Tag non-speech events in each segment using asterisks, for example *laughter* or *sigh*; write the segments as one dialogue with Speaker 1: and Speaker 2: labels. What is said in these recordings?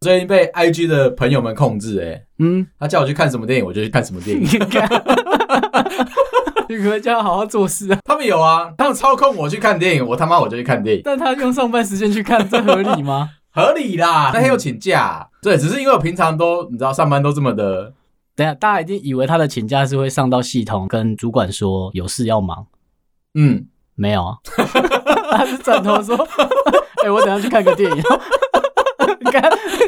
Speaker 1: 最近被 IG 的朋友们控制、欸，哎，
Speaker 2: 嗯，
Speaker 1: 他叫我去看什么电影，我就去看什么电影。
Speaker 2: *laughs* 你可叫他好好做事啊！
Speaker 1: 他们有啊，他们操控我去看电影，我他妈我就去看电影，
Speaker 2: 但他用上班时间去看，这合理吗？
Speaker 1: 合理
Speaker 2: 嗯
Speaker 1: 啦。那天又请假、对，只是因为我平常都你知道上班都这么的，
Speaker 2: *laughs* 等一下，大家一定以为他的请假是会上到系统跟主管说有事要忙，
Speaker 1: 嗯，
Speaker 2: 没有啊， *laughs* 他是转头说：“ *laughs* 哎、我等一下去看个电影。” *laughs* 你看，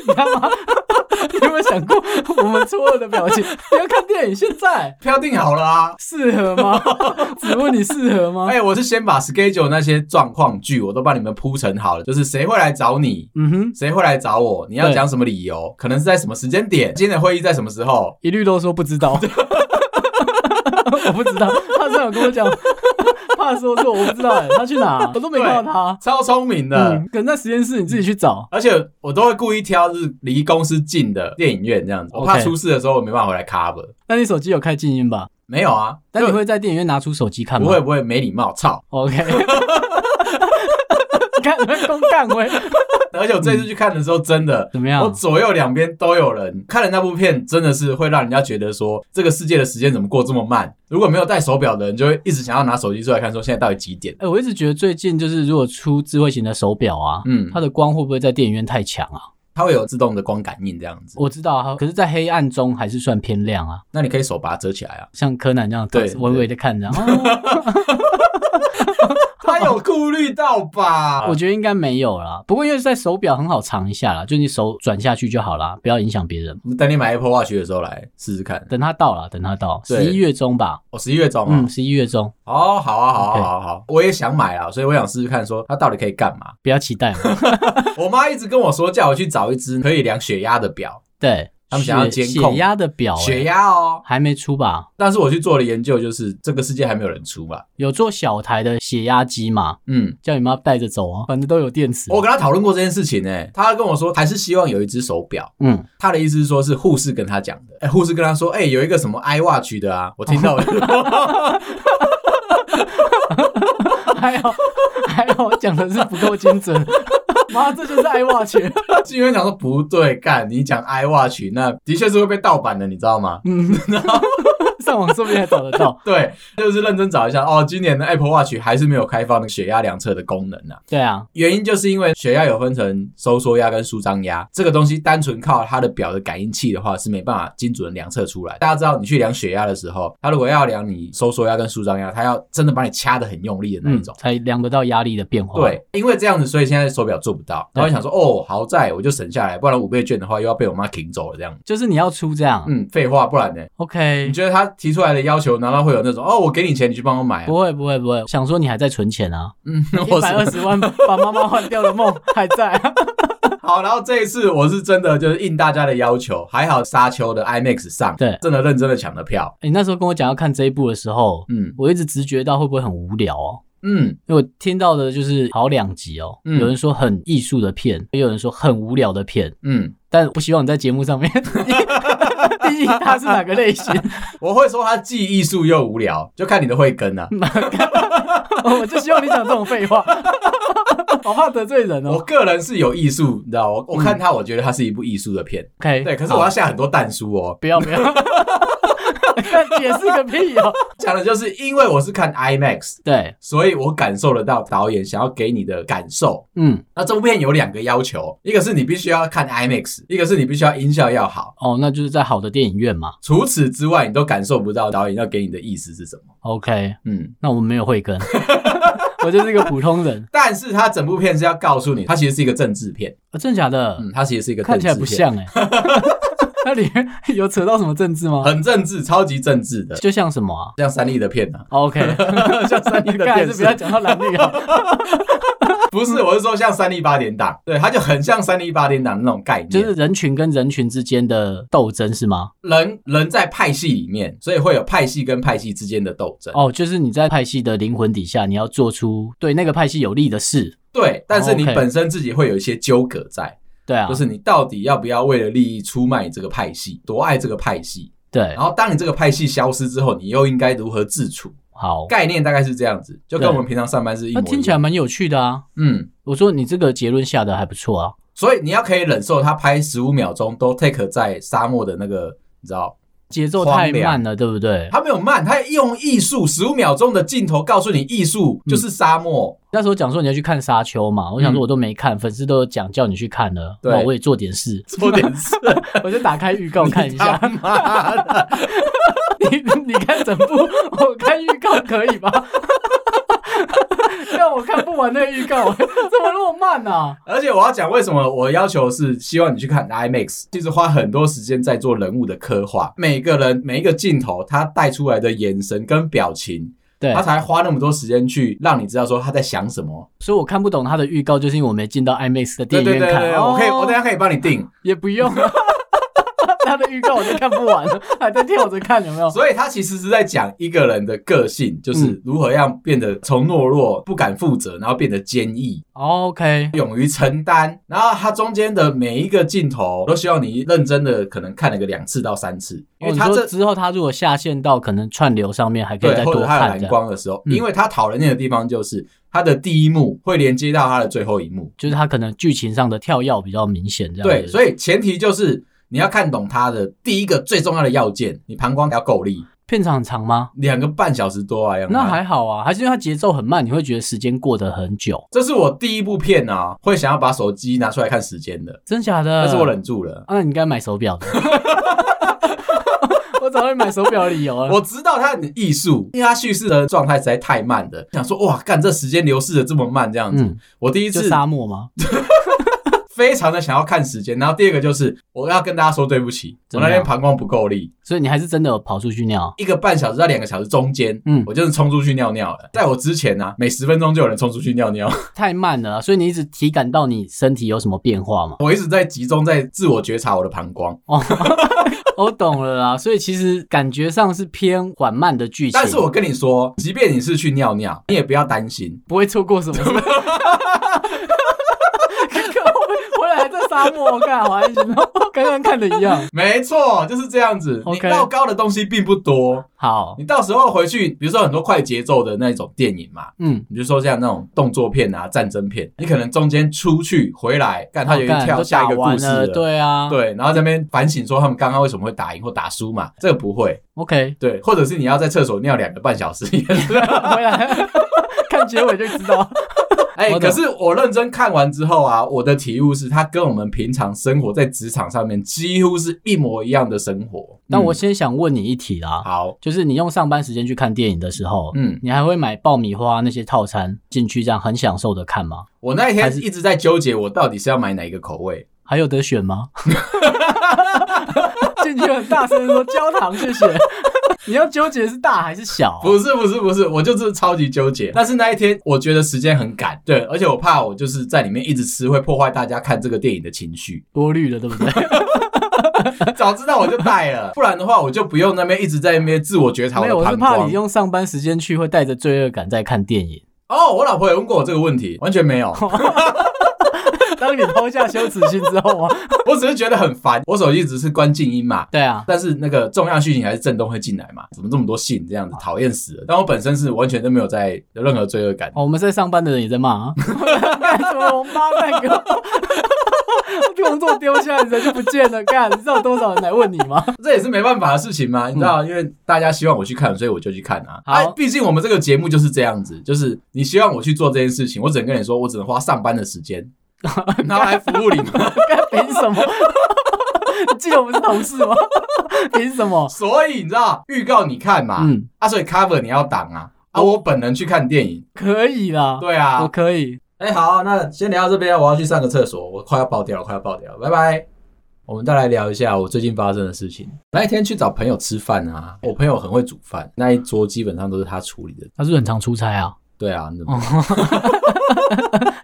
Speaker 2: 你他妈，你有没有想过我们错愕的表 *laughs* 情？你要看电影，现在
Speaker 1: 票定好了啊。
Speaker 2: 适合 *laughs* 吗？只问你适合吗
Speaker 1: 哎、？我是先把 schedule 那些状况剧我都帮你们铺陈好了，就是谁会来找你，
Speaker 2: 嗯哼，
Speaker 1: 谁会来找我，你要
Speaker 2: 对
Speaker 1: 讲什么理由，可能是在什么时间点，今天的会议在什么时候，
Speaker 2: 一律都说不知道。 *laughs* 我不知道，他这样跟 *laughs* 我讲，怕说错，我不知道哎、他去哪？ *laughs* 我都没看到他。
Speaker 1: 超聪明的。
Speaker 2: 嗯，可能那实验室你自己去找。
Speaker 1: 而且我都会故意挑就是离公司近的电影院这样子，我怕
Speaker 2: OK
Speaker 1: 出事的时候我没办法回来 cover。
Speaker 2: 那你手机有开静音吧？
Speaker 1: 没有啊，
Speaker 2: 但你
Speaker 1: 就
Speaker 2: 会在电影院拿出手机看吗？
Speaker 1: 不会不会没礼貌，操！ *laughs*
Speaker 2: OK，看你们公干回
Speaker 1: 而且我这次去看的时候，真的。
Speaker 2: 怎么
Speaker 1: 我
Speaker 2: 样？
Speaker 1: 左右两边都有人看了那部片，真的是会让人家觉得说，这个世界的时间怎么过这么慢？如果没有戴手表的人，就会一直想要拿手机出来看，说现在到底几点？啊
Speaker 2: *laughs* 哎、我一直觉得最近就是如果出智慧型的手表啊，
Speaker 1: 嗯，
Speaker 2: 它的光会不会在电影院太强啊？
Speaker 1: 它会有自动的光感应这样子。
Speaker 2: 我知道啊，可是，在黑暗中还是算偏亮啊，
Speaker 1: 那你可以手把它遮起来啊。
Speaker 2: *laughs* 像柯南这样
Speaker 1: 对
Speaker 2: 微微的看 *laughs* 这样。哦
Speaker 1: *laughs* 他有顾虑到吧？
Speaker 2: 哎我觉得应该没有啦，不过因为在手表很好藏一下啦，就你手转下去就好啦，不要影响别人。
Speaker 1: 等你买 Apple Watch 的时候来试试看。
Speaker 2: 等它到了，等它到
Speaker 1: 对
Speaker 2: 十一月中吧，
Speaker 1: 我十一月中啊
Speaker 2: 嗯，，十一月中，
Speaker 1: 哦，好啊，好啊，好啊，好啊，我也想买啊，所以我想试试看，说它到底可以干 *laughs* 嘛。
Speaker 2: 不要期待嘛。
Speaker 1: 我妈一直跟我说，叫我去找一只可以量血压的表，
Speaker 2: 对，
Speaker 1: *laughs* 他们想要监
Speaker 2: 血
Speaker 1: 控
Speaker 2: 血压的表、欸，
Speaker 1: 血压哦。
Speaker 2: 还没出吧？
Speaker 1: 但是我去做了研究，就是这个世界还没有人出吧？
Speaker 2: 有做小台的血压机嘛？
Speaker 1: 嗯，
Speaker 2: 叫你妈带着走啊，反正都有电池。
Speaker 1: 我跟她讨论过这件事情呢、欸她跟我说还是希望有一只手表。
Speaker 2: 嗯，
Speaker 1: 她的意思是说，是护士跟她讲的。哎、护士跟她说，哎、有一个什么 iWatch 的啊，我听 *laughs* 到了。
Speaker 2: 还好还好，我讲的是不够精准。 *laughs* 妈，这就是爱watch。
Speaker 1: 是因为想说不对，干你讲 iWatch，那的确是会被盗版的，你知道吗？
Speaker 2: 嗯， *laughs* 上网说不定还找得到。
Speaker 1: *laughs* 对，就是认真找一下哦。今年的 Apple Watch 还是没有开放血压量测的功能啊。
Speaker 2: 对啊，
Speaker 1: 原因就是因为血压有分成收缩压跟舒张压，这个东西单纯靠它的表的感应器的话是没办法精准地量测出来。大家知道，你去量血压的时候，它如果要量你收缩压跟舒张压，它要真的把你掐得很用力的那一
Speaker 2: 嗯
Speaker 1: 种，。
Speaker 2: 才量得到压力的变化。，
Speaker 1: 对，因为这样子，所以现在手表做不到。
Speaker 2: 对
Speaker 1: 然后想说，哦，好在我就省下来，不然五倍券的话又要被我妈停走了这样。
Speaker 2: 就是你要出这样。
Speaker 1: 嗯，废话，不然呢？你
Speaker 2: OK，
Speaker 1: 觉得他提出来的要求，难道会有那种哦，我给你钱，你去帮我买、啊
Speaker 2: 不？会不会不会，想说你还在存钱啊，
Speaker 1: 嗯，
Speaker 2: *laughs* 一
Speaker 1: *laughs* 我
Speaker 2: 百
Speaker 1: 是
Speaker 2: 二十万把妈妈换掉
Speaker 1: *laughs*
Speaker 2: 的梦还在、啊。
Speaker 1: 好，然后这一次我是真的就是应大家的要求，还好沙丘的 IMAX 上，
Speaker 2: 对
Speaker 1: 真的认真的抢了票。
Speaker 2: 欸你那时候跟我讲要看这一部的时候，
Speaker 1: 嗯
Speaker 2: 我一直直觉到会不会很无聊哦？
Speaker 1: 嗯，
Speaker 2: 因为我听到的就是好两集哦，
Speaker 1: 嗯
Speaker 2: 有人说很艺术的片，也有人说很无聊的片，
Speaker 1: 嗯，
Speaker 2: 但我不希望你在节目上面
Speaker 1: *laughs*
Speaker 2: 定义它是哪个类型，
Speaker 1: 我会说它既艺术又无聊，就看你的慧根
Speaker 2: *laughs*
Speaker 1: 啊。
Speaker 2: 嗯我就希望你讲这种废
Speaker 1: *laughs*
Speaker 2: 话，好怕得罪人
Speaker 1: 我
Speaker 2: 哦。
Speaker 1: 个人是有艺术，你知道，我我看它，我觉得它是一部艺术的片，
Speaker 2: OK，
Speaker 1: 对。可是我
Speaker 2: 嗯好
Speaker 1: 要下很多蛋书哦，
Speaker 2: 不要
Speaker 1: *laughs*
Speaker 2: 不 *laughs* 要，解释个屁哦。
Speaker 1: 讲的就是因为我是看 IMAX，
Speaker 2: 对，
Speaker 1: 所以我感受得到导演想要给你的感受。
Speaker 2: 嗯，
Speaker 1: 那这部片有两个要求，一个是你必须要看 IMAX，一个是你必须要音效要好。
Speaker 2: 哦，那就是在好的电影院嘛。
Speaker 1: 除此之外，你都感受不到导演要给你的意思是什么。
Speaker 2: OK，
Speaker 1: 嗯，
Speaker 2: 那我们没有慧根， *laughs* 我就是一个普通人。
Speaker 1: 但是它整部片是要告诉你，它其实是一个政治片。
Speaker 2: 啊、真假的？
Speaker 1: 嗯，它其实是一个政
Speaker 2: 看
Speaker 1: 治
Speaker 2: 起
Speaker 1: 片
Speaker 2: 来不，像哎、 *laughs* 那里面有扯到什么政治吗？ *laughs*
Speaker 1: 很政治，超级政治的，
Speaker 2: 就像什么啊
Speaker 1: 像三立的片啊，
Speaker 2: ？OK，
Speaker 1: *laughs* 像三
Speaker 2: *laughs*
Speaker 1: 立的
Speaker 2: 看还
Speaker 1: 电
Speaker 2: 是
Speaker 1: 视
Speaker 2: 不要，讲到蓝绿
Speaker 1: *laughs*
Speaker 2: 啊。
Speaker 1: 不是，我是说像三立八点档，对，它就很像三立八点档那种概念，
Speaker 2: 就是人群跟人群之间的斗争是吗？
Speaker 1: 人人在派系里面，所以会有派系跟派系之间的斗争。
Speaker 2: 哦，就是你在派系的灵魂底下，你要做出对那个派系有利的事。
Speaker 1: 对，但是你
Speaker 2: 哦 OK
Speaker 1: 本身自己会有一些纠葛在，
Speaker 2: 对啊，
Speaker 1: 就是你到底要不要为了利益出卖这个派系，多爱这个派系？
Speaker 2: 对
Speaker 1: 然，后当你这个派系消失之后，你又应该如何自处？
Speaker 2: 好，
Speaker 1: 概念大概是这样子，就跟
Speaker 2: 对
Speaker 1: 我们平常上班是一模
Speaker 2: 那
Speaker 1: 一样。
Speaker 2: 听起来蛮有趣的啊。
Speaker 1: 嗯，
Speaker 2: 我说你这个结论下的还不错啊，
Speaker 1: 所以你要可以忍受他拍十五秒钟都 take 在沙漠的那个，你知道，
Speaker 2: 节奏
Speaker 1: 荒
Speaker 2: 太
Speaker 1: 凉
Speaker 2: 慢了，对不对？
Speaker 1: 他没有慢，他用艺术十五秒钟的镜头告诉你艺术就是沙漠。
Speaker 2: 那时候讲说你要去看《沙丘》嘛，我想说我都没看，粉丝都有讲叫你去看了，
Speaker 1: 嗯对
Speaker 2: 那我也做
Speaker 1: *laughs*
Speaker 2: 点事，
Speaker 1: 做点事，
Speaker 2: 我就打开预告看一
Speaker 1: 他
Speaker 2: 下。
Speaker 1: 妈的！
Speaker 2: *laughs* 你 *laughs* 你看整部，我看预告可以吧？ *laughs* 但我看不完那个预告，怎么那么慢啊？
Speaker 1: 而且我要讲为什么我要求是希望你去看 IMAX，其实花很多时间在做人物的刻画，每个人每一个镜头他带出来的眼神跟表情，
Speaker 2: 对
Speaker 1: 他，才花那么多时间去让你知道说他在想什么。
Speaker 2: 所以我看不懂他的预告，就是因为我没进到 IMAX 的
Speaker 1: 对
Speaker 2: 电影
Speaker 1: 对
Speaker 2: 院
Speaker 1: 对
Speaker 2: 看。
Speaker 1: 对，我可以，
Speaker 2: 哦
Speaker 1: 我等一下可以帮你定。
Speaker 2: 也不用。 *laughs* 他的预告我就看不完了，还在跳着看，有没有？
Speaker 1: 哦所以他其实是在讲一个人的个性，
Speaker 2: 嗯
Speaker 1: 就是如何让变得从懦弱、不敢负责，然后变得坚毅，
Speaker 2: OK，
Speaker 1: 勇于承担。然后他中间的每一个镜头，都希望你认真的，可能看了个两次到三次，因
Speaker 2: 哦
Speaker 1: 为
Speaker 2: 你
Speaker 1: 他
Speaker 2: 说
Speaker 1: 这。
Speaker 2: 之后他如果下线到可能串流上面还可以
Speaker 1: 对，
Speaker 2: 再
Speaker 1: 或者
Speaker 2: 多
Speaker 1: 他有
Speaker 2: 看这
Speaker 1: 蓝
Speaker 2: 样，
Speaker 1: 光的时候，
Speaker 2: 嗯
Speaker 1: 因为他讨人厌的地方就是他的第一幕会连接到他的最后一幕。
Speaker 2: 就是他可能剧情上的跳跃比较明显这样
Speaker 1: 对，
Speaker 2: 子
Speaker 1: 所以前提就是你要看懂他的第一个最重要的要件，你膀胱要够力，
Speaker 2: 片场很长吗？
Speaker 1: 两个半小时多啊，要
Speaker 2: 那还好啊，还是因为它节奏很慢，你会觉得时间过得很久，
Speaker 1: 这是我第一部片啊，会想要把手机拿出来看时间的，
Speaker 2: 真假的？
Speaker 1: 但是我忍住了。
Speaker 2: 啊，那你应该买
Speaker 1: *laughs*
Speaker 2: 手表的。我找到你买手表的理由了。
Speaker 1: 我知道它很艺术，因为它叙事的状态实在太慢了。想说哇，干这时间流逝的这么慢，这样子。
Speaker 2: 嗯，
Speaker 1: 我第一
Speaker 2: 就
Speaker 1: 次
Speaker 2: 沙漠吗？
Speaker 1: 非常的想要看时间，然后第二个就是我要跟大家说对不起，我
Speaker 2: 怎么
Speaker 1: 那
Speaker 2: 样
Speaker 1: 天膀胱不够力，
Speaker 2: 所以你还是真的有跑出去尿？
Speaker 1: 一个半小时到两个小时中间，
Speaker 2: 嗯
Speaker 1: 我就是冲出去尿尿了。在我之前呢、啊，每十分钟就有人冲出去尿 *laughs* 尿，
Speaker 2: 太慢了啊，所以你一直体感到你身体有什么变化
Speaker 1: *laughs*
Speaker 2: 吗？
Speaker 1: 我一直在集中在自我觉察我的膀胱，
Speaker 2: 哦，我哦懂了啦，所以其实感觉上是偏缓慢的剧情，
Speaker 1: 但是我跟你说，即便你是去尿尿，你也不要担心，
Speaker 2: 不会错过什么。我本来在沙漠干好安心哦，跟刚刚看的 *laughs* 一样。
Speaker 1: 没错，就是这样子。你
Speaker 2: OK
Speaker 1: 绕高的东西并不多，
Speaker 2: 好，
Speaker 1: 你到时候回去，比如说很多快节奏的那种电影嘛。
Speaker 2: 嗯，
Speaker 1: 比如说像那种动作片啊、战争片，你可能中间出去回来，干他就已经
Speaker 2: 好干
Speaker 1: 跳
Speaker 2: 都
Speaker 1: 下一
Speaker 2: 打
Speaker 1: 个故
Speaker 2: 完
Speaker 1: 事
Speaker 2: 了，对啊，
Speaker 1: 对，然后在那边反省说他们刚刚为什么会打赢或打输嘛，这个不会，
Speaker 2: ，OK，
Speaker 1: 对，或者是你要在厕所尿两个半小时也
Speaker 2: *laughs*
Speaker 1: 是，
Speaker 2: 回来看结尾就知道。
Speaker 1: 哎、
Speaker 2: 我
Speaker 1: 可
Speaker 2: 懂
Speaker 1: 是我认真看完之后啊，我的体悟是，它跟我们平常生活在职场上面几乎是一模一样的生活。
Speaker 2: 那我
Speaker 1: 嗯
Speaker 2: 先想问你一题啦，
Speaker 1: 好，
Speaker 2: 就是你用上班时间去看电影的时候，
Speaker 1: 嗯，
Speaker 2: 你还会买爆米花那些套餐进去，这样很享受的看吗？
Speaker 1: 我那一
Speaker 2: 还
Speaker 1: 天
Speaker 2: 是
Speaker 1: 一直在纠结，我到底是要买哪一个口味。
Speaker 2: 还有得
Speaker 1: *laughs*
Speaker 2: 选吗？进去很大声地说焦糖，谢
Speaker 1: *laughs*
Speaker 2: 谢。你要纠结是大还是小、啊
Speaker 1: 不是不是不是，我就是超级纠结。但是那一天我觉得时间很赶，对，而且我怕我就是在里面一直吃会破坏大家看这个电影的情绪。
Speaker 2: 多虑了，对不 *laughs* 对？
Speaker 1: 早知道我就带了，不然的话我就不用那边一直在那边自我觉察
Speaker 2: 没
Speaker 1: 的
Speaker 2: 有，我是
Speaker 1: 膀
Speaker 2: 怕
Speaker 1: 胱
Speaker 2: 你。用上班时间去会带着罪恶感在看电 *laughs* 影。
Speaker 1: 哦，我老婆也问过我这个问题，完全没有，
Speaker 2: 哦当你抛下羞耻心之后啊，
Speaker 1: 我只是觉得很烦。我手机只是关静音嘛，
Speaker 2: 对啊，
Speaker 1: 但是那个重要剧情还是震动会进来嘛？怎么这么多信这样子，讨厌死了！但我本身是完全都没有在有任何罪恶感。
Speaker 2: 哦我们在上班的人也在骂、 *laughs* 啊，干什么王八蛋给我。工作丢下人就不见了，干，你知道有多少人来问你吗？
Speaker 1: 这也是没办法的事情嘛，你知道，因为大家希望我去看，所以我就去看啊。
Speaker 2: 嗯好
Speaker 1: 哎，毕竟我们这个节目就是这样子，就是你希望我去做这件事情，我只能跟你说，我只能花上班的时间，
Speaker 2: *laughs*
Speaker 1: 然后来服务你们。
Speaker 2: 干凭什么？你记得我们是同事吗？凭什么？
Speaker 1: 所以你知道，预告你看嘛，
Speaker 2: 哦嗯，哦
Speaker 1: 啊，所以 cover 你要挡啊，啊，我本人去看电影，
Speaker 2: 可以啦，
Speaker 1: 对
Speaker 2: 我
Speaker 1: 啊。
Speaker 2: 可以。
Speaker 1: 哎、好，那先聊到这边，我要去上个厕所，我快要爆掉了，快要爆掉了，拜拜。我们再来聊一下我最近发生的事情。那一天去找朋友吃饭啊，我朋友很会煮饭，那一桌基本上都是他处理的。
Speaker 2: 他是不是很常出差啊？
Speaker 1: 对啊，你怎么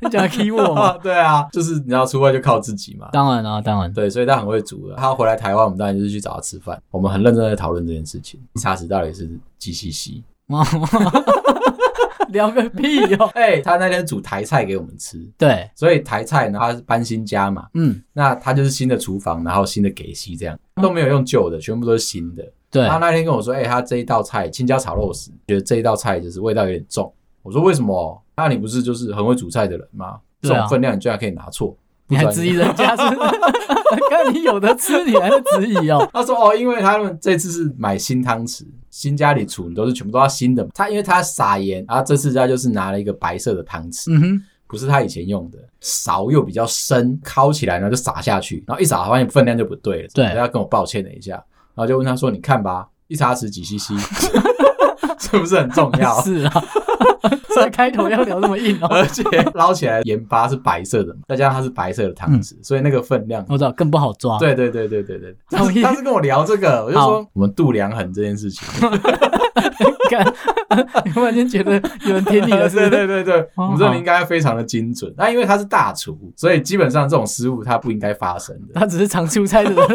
Speaker 2: 你讲 key word 吗？
Speaker 1: 对啊，就是你要出外就靠自己嘛。
Speaker 2: *laughs* 当然啊，当然。
Speaker 1: 对，所以他很会煮的。他回来台湾，我们当然就是去找他吃饭。我们很认真的讨论这件事情，查实到底是几西西。
Speaker 2: 聊个屁哦。
Speaker 1: 哎、他那天煮台菜给我们吃，
Speaker 2: 对，
Speaker 1: 所以台菜呢，他是搬新家嘛，
Speaker 2: 嗯，
Speaker 1: 那他就是新的厨房，然后新的给息这样，都没有用旧的，全部都是新的。
Speaker 2: 对，
Speaker 1: 他那天跟我说，哎、他这一道菜青椒炒肉丝，觉得这一道菜就是味道有点重。我说为什么？那你不是就是很会煮菜的人吗？这
Speaker 2: 对啊
Speaker 1: 种分量你居然可以拿错？
Speaker 2: 你还
Speaker 1: 专
Speaker 2: 质疑
Speaker 1: 业
Speaker 2: 人家是？ *laughs* 看你有的吃，你还在质疑哦？
Speaker 1: 他说哦，因为他们这次是买新汤匙，新家里煮你都是全部都要新的。他因为他撒盐，然后这次他就是拿了一个白色的汤匙，
Speaker 2: 嗯哼， *laughs*
Speaker 1: 不是他以前用的，勺又比较深，敲起来呢就撒下去，然后一撒发现分量就不对了，
Speaker 2: 对
Speaker 1: 他跟我抱歉了一下，然后就问他说：“你看吧，一茶匙几 CC，是不是很重要？”
Speaker 2: 是啊， *laughs* 所以开头要聊那么硬哦。
Speaker 1: *laughs* 而且捞起来盐巴是白色的嘛，再加上它是白色的汤
Speaker 2: 嗯
Speaker 1: 匙，所以那个分量。
Speaker 2: 我知道更不好
Speaker 1: *laughs*
Speaker 2: 抓。
Speaker 1: 对对对对对对，他
Speaker 2: 哦同意
Speaker 1: 是他是跟我聊这个，我就说
Speaker 2: 好
Speaker 1: 我们度量衡这件事情，
Speaker 2: *laughs* 看，你忽然间觉得有人 *laughs* 舔你了，是不
Speaker 1: 对对
Speaker 2: 是？
Speaker 1: 对对，
Speaker 2: 哦
Speaker 1: 我们这里应该非常的精准。那因为他是大厨，所以基本上这种失误它不应该发生
Speaker 2: *laughs*
Speaker 1: 的。
Speaker 2: 他只是常出差的人，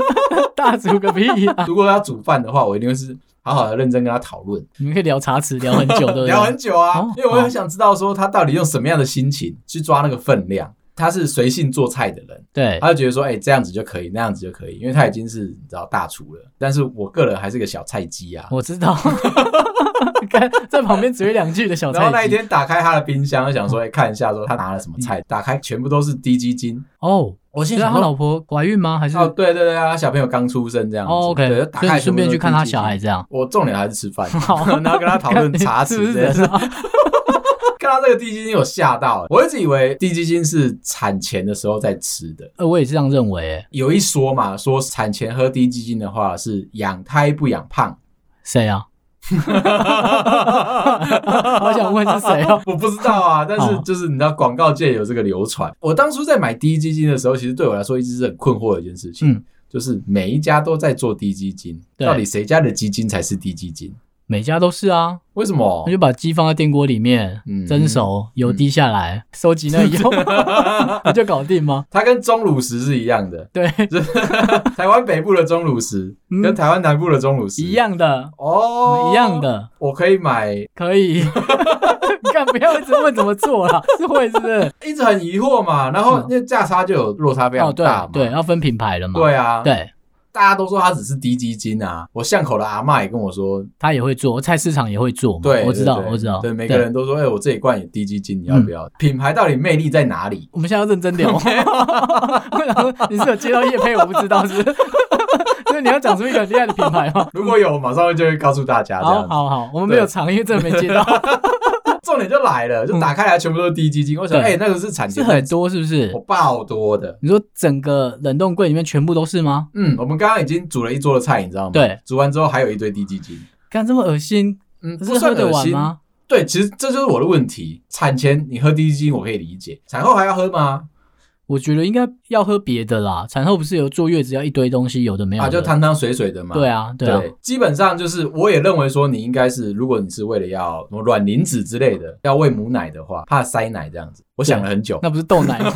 Speaker 2: 大煮个屁啊！
Speaker 1: 如果要煮饭的话，我一定会是好好的认真跟他讨论，
Speaker 2: 你们可以聊茶匙聊很久，对不对？
Speaker 1: *laughs* 聊很久啊
Speaker 2: 哦，
Speaker 1: 因为我很想知道说他到底用什么样的心情去抓那个分量。他是随性做菜的人，
Speaker 2: 对，
Speaker 1: 他就觉得说，哎、这样子就可以，那样子就可以，因为他已经是你知道大厨了。但是我个人还是个小菜鸡啊。
Speaker 2: 我知道。 *laughs* 看，在旁边只会两句的小
Speaker 1: 然后那
Speaker 2: 菜
Speaker 1: 一
Speaker 2: 鸡哦
Speaker 1: 天打开他的冰箱，想说，哎、看一下说他拿了什么
Speaker 2: 嗯
Speaker 1: 菜，打开全部都是低基金。
Speaker 2: 哦。
Speaker 1: 我
Speaker 2: 所
Speaker 1: 心
Speaker 2: 以
Speaker 1: 想
Speaker 2: 他
Speaker 1: 说，
Speaker 2: 老婆怀孕吗？还是
Speaker 1: 哦，
Speaker 2: 哦
Speaker 1: 对对对啊，小朋友刚出生这样子。
Speaker 2: ，OK，
Speaker 1: 对，就打
Speaker 2: 所以
Speaker 1: 开
Speaker 2: 你顺便去看他小孩
Speaker 1: 子。
Speaker 2: 这样。
Speaker 1: 我重点还是吃饭，
Speaker 2: *laughs* 好
Speaker 1: 然后跟他讨
Speaker 2: *laughs*
Speaker 1: 论茶匙
Speaker 2: 是不是
Speaker 1: 这件事
Speaker 2: 人啊？
Speaker 1: 看到这个低基金有吓到，我一直以为低基金是产前的时候在吃的。
Speaker 2: *laughs* 呃，我也是这样认为欸。
Speaker 1: 有一说嘛，说产前喝低基金的话是养胎不养胖。
Speaker 2: 谁啊？ *laughs* 我想问是谁啊？
Speaker 1: *laughs* 我不知道啊，但是
Speaker 2: 哦
Speaker 1: 就是你知道广告界有这个流传。我当初在买低基金的时候，其实对我来说一直是很困惑的一件事情，
Speaker 2: 嗯
Speaker 1: 就是每一家都在做低基金，
Speaker 2: 对
Speaker 1: 到底谁家的基金才是低基金？
Speaker 2: 每家都是啊，
Speaker 1: 为什么
Speaker 2: 那？就把鸡放在电锅里面
Speaker 1: 哦嗯
Speaker 2: 蒸熟，油滴下来，收集那油，
Speaker 1: *laughs*
Speaker 2: 不就搞定吗？
Speaker 1: 它跟钟乳石是一样
Speaker 2: *laughs*
Speaker 1: 的，
Speaker 2: 对，
Speaker 1: 就是台湾北部的钟乳石
Speaker 2: 嗯
Speaker 1: 跟台湾南部的钟乳石
Speaker 2: 一样的，
Speaker 1: 哦，
Speaker 2: 一样。的，
Speaker 1: 我可以买，
Speaker 2: 可以。 *laughs* 你看，不要一直问怎么做啦，是会是不是？
Speaker 1: 一直很疑惑嘛，然后
Speaker 2: 嗯
Speaker 1: 那价差就有落差非
Speaker 2: 哦，
Speaker 1: 常
Speaker 2: 对
Speaker 1: 大嘛。
Speaker 2: 对，要分品牌了嘛。
Speaker 1: 对啊，
Speaker 2: 对，
Speaker 1: 大家都说它只是低基金啊。我巷口的阿嬷也跟我说，
Speaker 2: 他也会做，菜市场也会做嘛。
Speaker 1: 对，
Speaker 2: 哦我知道，
Speaker 1: 对对
Speaker 2: 我知道。嗯
Speaker 1: 对，每个人都说，哎，我这一罐也低基金，你要不要？品牌到底魅力在哪里？
Speaker 2: 我们现在要认真
Speaker 1: *laughs*
Speaker 2: 聊。我想说， *laughs* 你是有接到叶配，我不知道是不是， *laughs* 所以你要讲出一个很厉害的品牌吗？
Speaker 1: 如果有，我马上就会告诉大啊家这
Speaker 2: 好
Speaker 1: 样子。
Speaker 2: 好好，我们没有藏，因为真的没接到，
Speaker 1: 重点就来了，就打开来全部都是低基金。我想，
Speaker 2: 嗯对
Speaker 1: 哎，那个是产
Speaker 2: 是
Speaker 1: 前在
Speaker 2: 很多是不是
Speaker 1: 我？爆多的。
Speaker 2: 你说整个冷冻柜里面全部都是吗？
Speaker 1: 嗯，我们刚刚已经煮了一桌的菜，你知道吗？
Speaker 2: 对，
Speaker 1: 煮完之后还有一堆低基金。
Speaker 2: 干这么恶心，
Speaker 1: 嗯，不
Speaker 2: 是
Speaker 1: 算
Speaker 2: 喝得
Speaker 1: 恶
Speaker 2: 完
Speaker 1: 心。
Speaker 2: 吗？
Speaker 1: 对，其实这就是我的问题。产前你喝低基金我可以理解，产后还要喝吗？
Speaker 2: 我觉得应该要喝别的啦。产后不是有坐月子要一堆东西，有的没有
Speaker 1: 啊，
Speaker 2: 的。
Speaker 1: 就汤汤水水的嘛。
Speaker 2: 对啊，对
Speaker 1: 对
Speaker 2: 啊，
Speaker 1: 基本上就是我也认为说你应该是，如果你是为了要什么卵磷脂之类
Speaker 2: 嗯
Speaker 1: 的，要喂母奶的话，怕塞奶这样子。我想了很
Speaker 2: *laughs*
Speaker 1: 久，
Speaker 2: 那不是豆
Speaker 1: *laughs*
Speaker 2: 奶吗？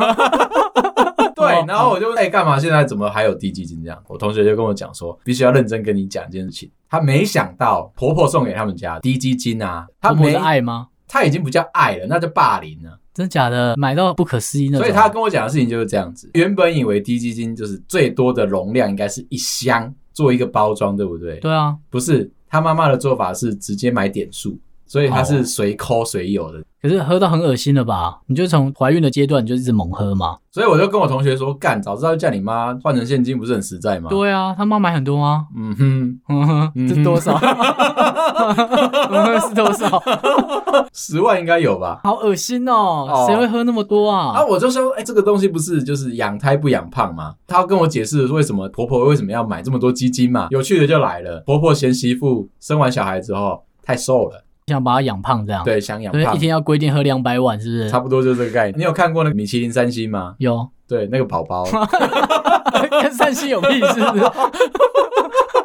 Speaker 1: 对
Speaker 2: 哦，
Speaker 1: 然后我就问哎，干嘛现在怎么还有低基金这样？我同学就跟我讲说，必须要认真跟你讲一件事情。她没想到婆婆送给他们家低基金啊，她
Speaker 2: 不
Speaker 1: 没
Speaker 2: 是，爱吗？
Speaker 1: 她已经不叫爱了，那叫霸凌了。
Speaker 2: 真假的，买到不可思议那种。
Speaker 1: 所以他跟我讲的事情就是这样子。原本以为低基金就是最多的容量应该是一箱做一个包装，对不对？
Speaker 2: 对啊，
Speaker 1: 不是，他妈妈的做法是直接买点数，所以他
Speaker 2: 哦
Speaker 1: 是随抠随有的。
Speaker 2: 可是喝到很恶心了吧？你就从怀孕的阶段你就一直猛喝嘛。
Speaker 1: 所以我就跟我同学说，干，早知道叫你妈换成现金不是很实在吗？，
Speaker 2: 对啊，他妈买很多啊，
Speaker 1: 嗯哼，
Speaker 2: 嗯哼，
Speaker 1: 嗯
Speaker 2: 这多少？ *laughs* 嗯哼是多少？
Speaker 1: 十万应该有吧？
Speaker 2: 好恶心哦
Speaker 1: 哦！
Speaker 2: 谁会喝那么多
Speaker 1: 啊，
Speaker 2: 啊？
Speaker 1: 我就说，哎、这个东西不是就是养胎不养胖吗？她要跟我解释为什么婆婆为什么要买这么多基金嘛。有趣的就来了，婆婆嫌媳妇生完小孩之后太瘦了，
Speaker 2: 想把它养胖这样，，
Speaker 1: 对，想养
Speaker 2: 所以
Speaker 1: 胖
Speaker 2: 一，天要规定喝两百碗，是不
Speaker 1: 差
Speaker 2: 是？
Speaker 1: 不多就是这个概念。你有看过那个米其林三星吗？
Speaker 2: 有， *laughs*
Speaker 1: 对，那个宝宝，
Speaker 2: 跟善心有屁是不是？
Speaker 1: *laughs*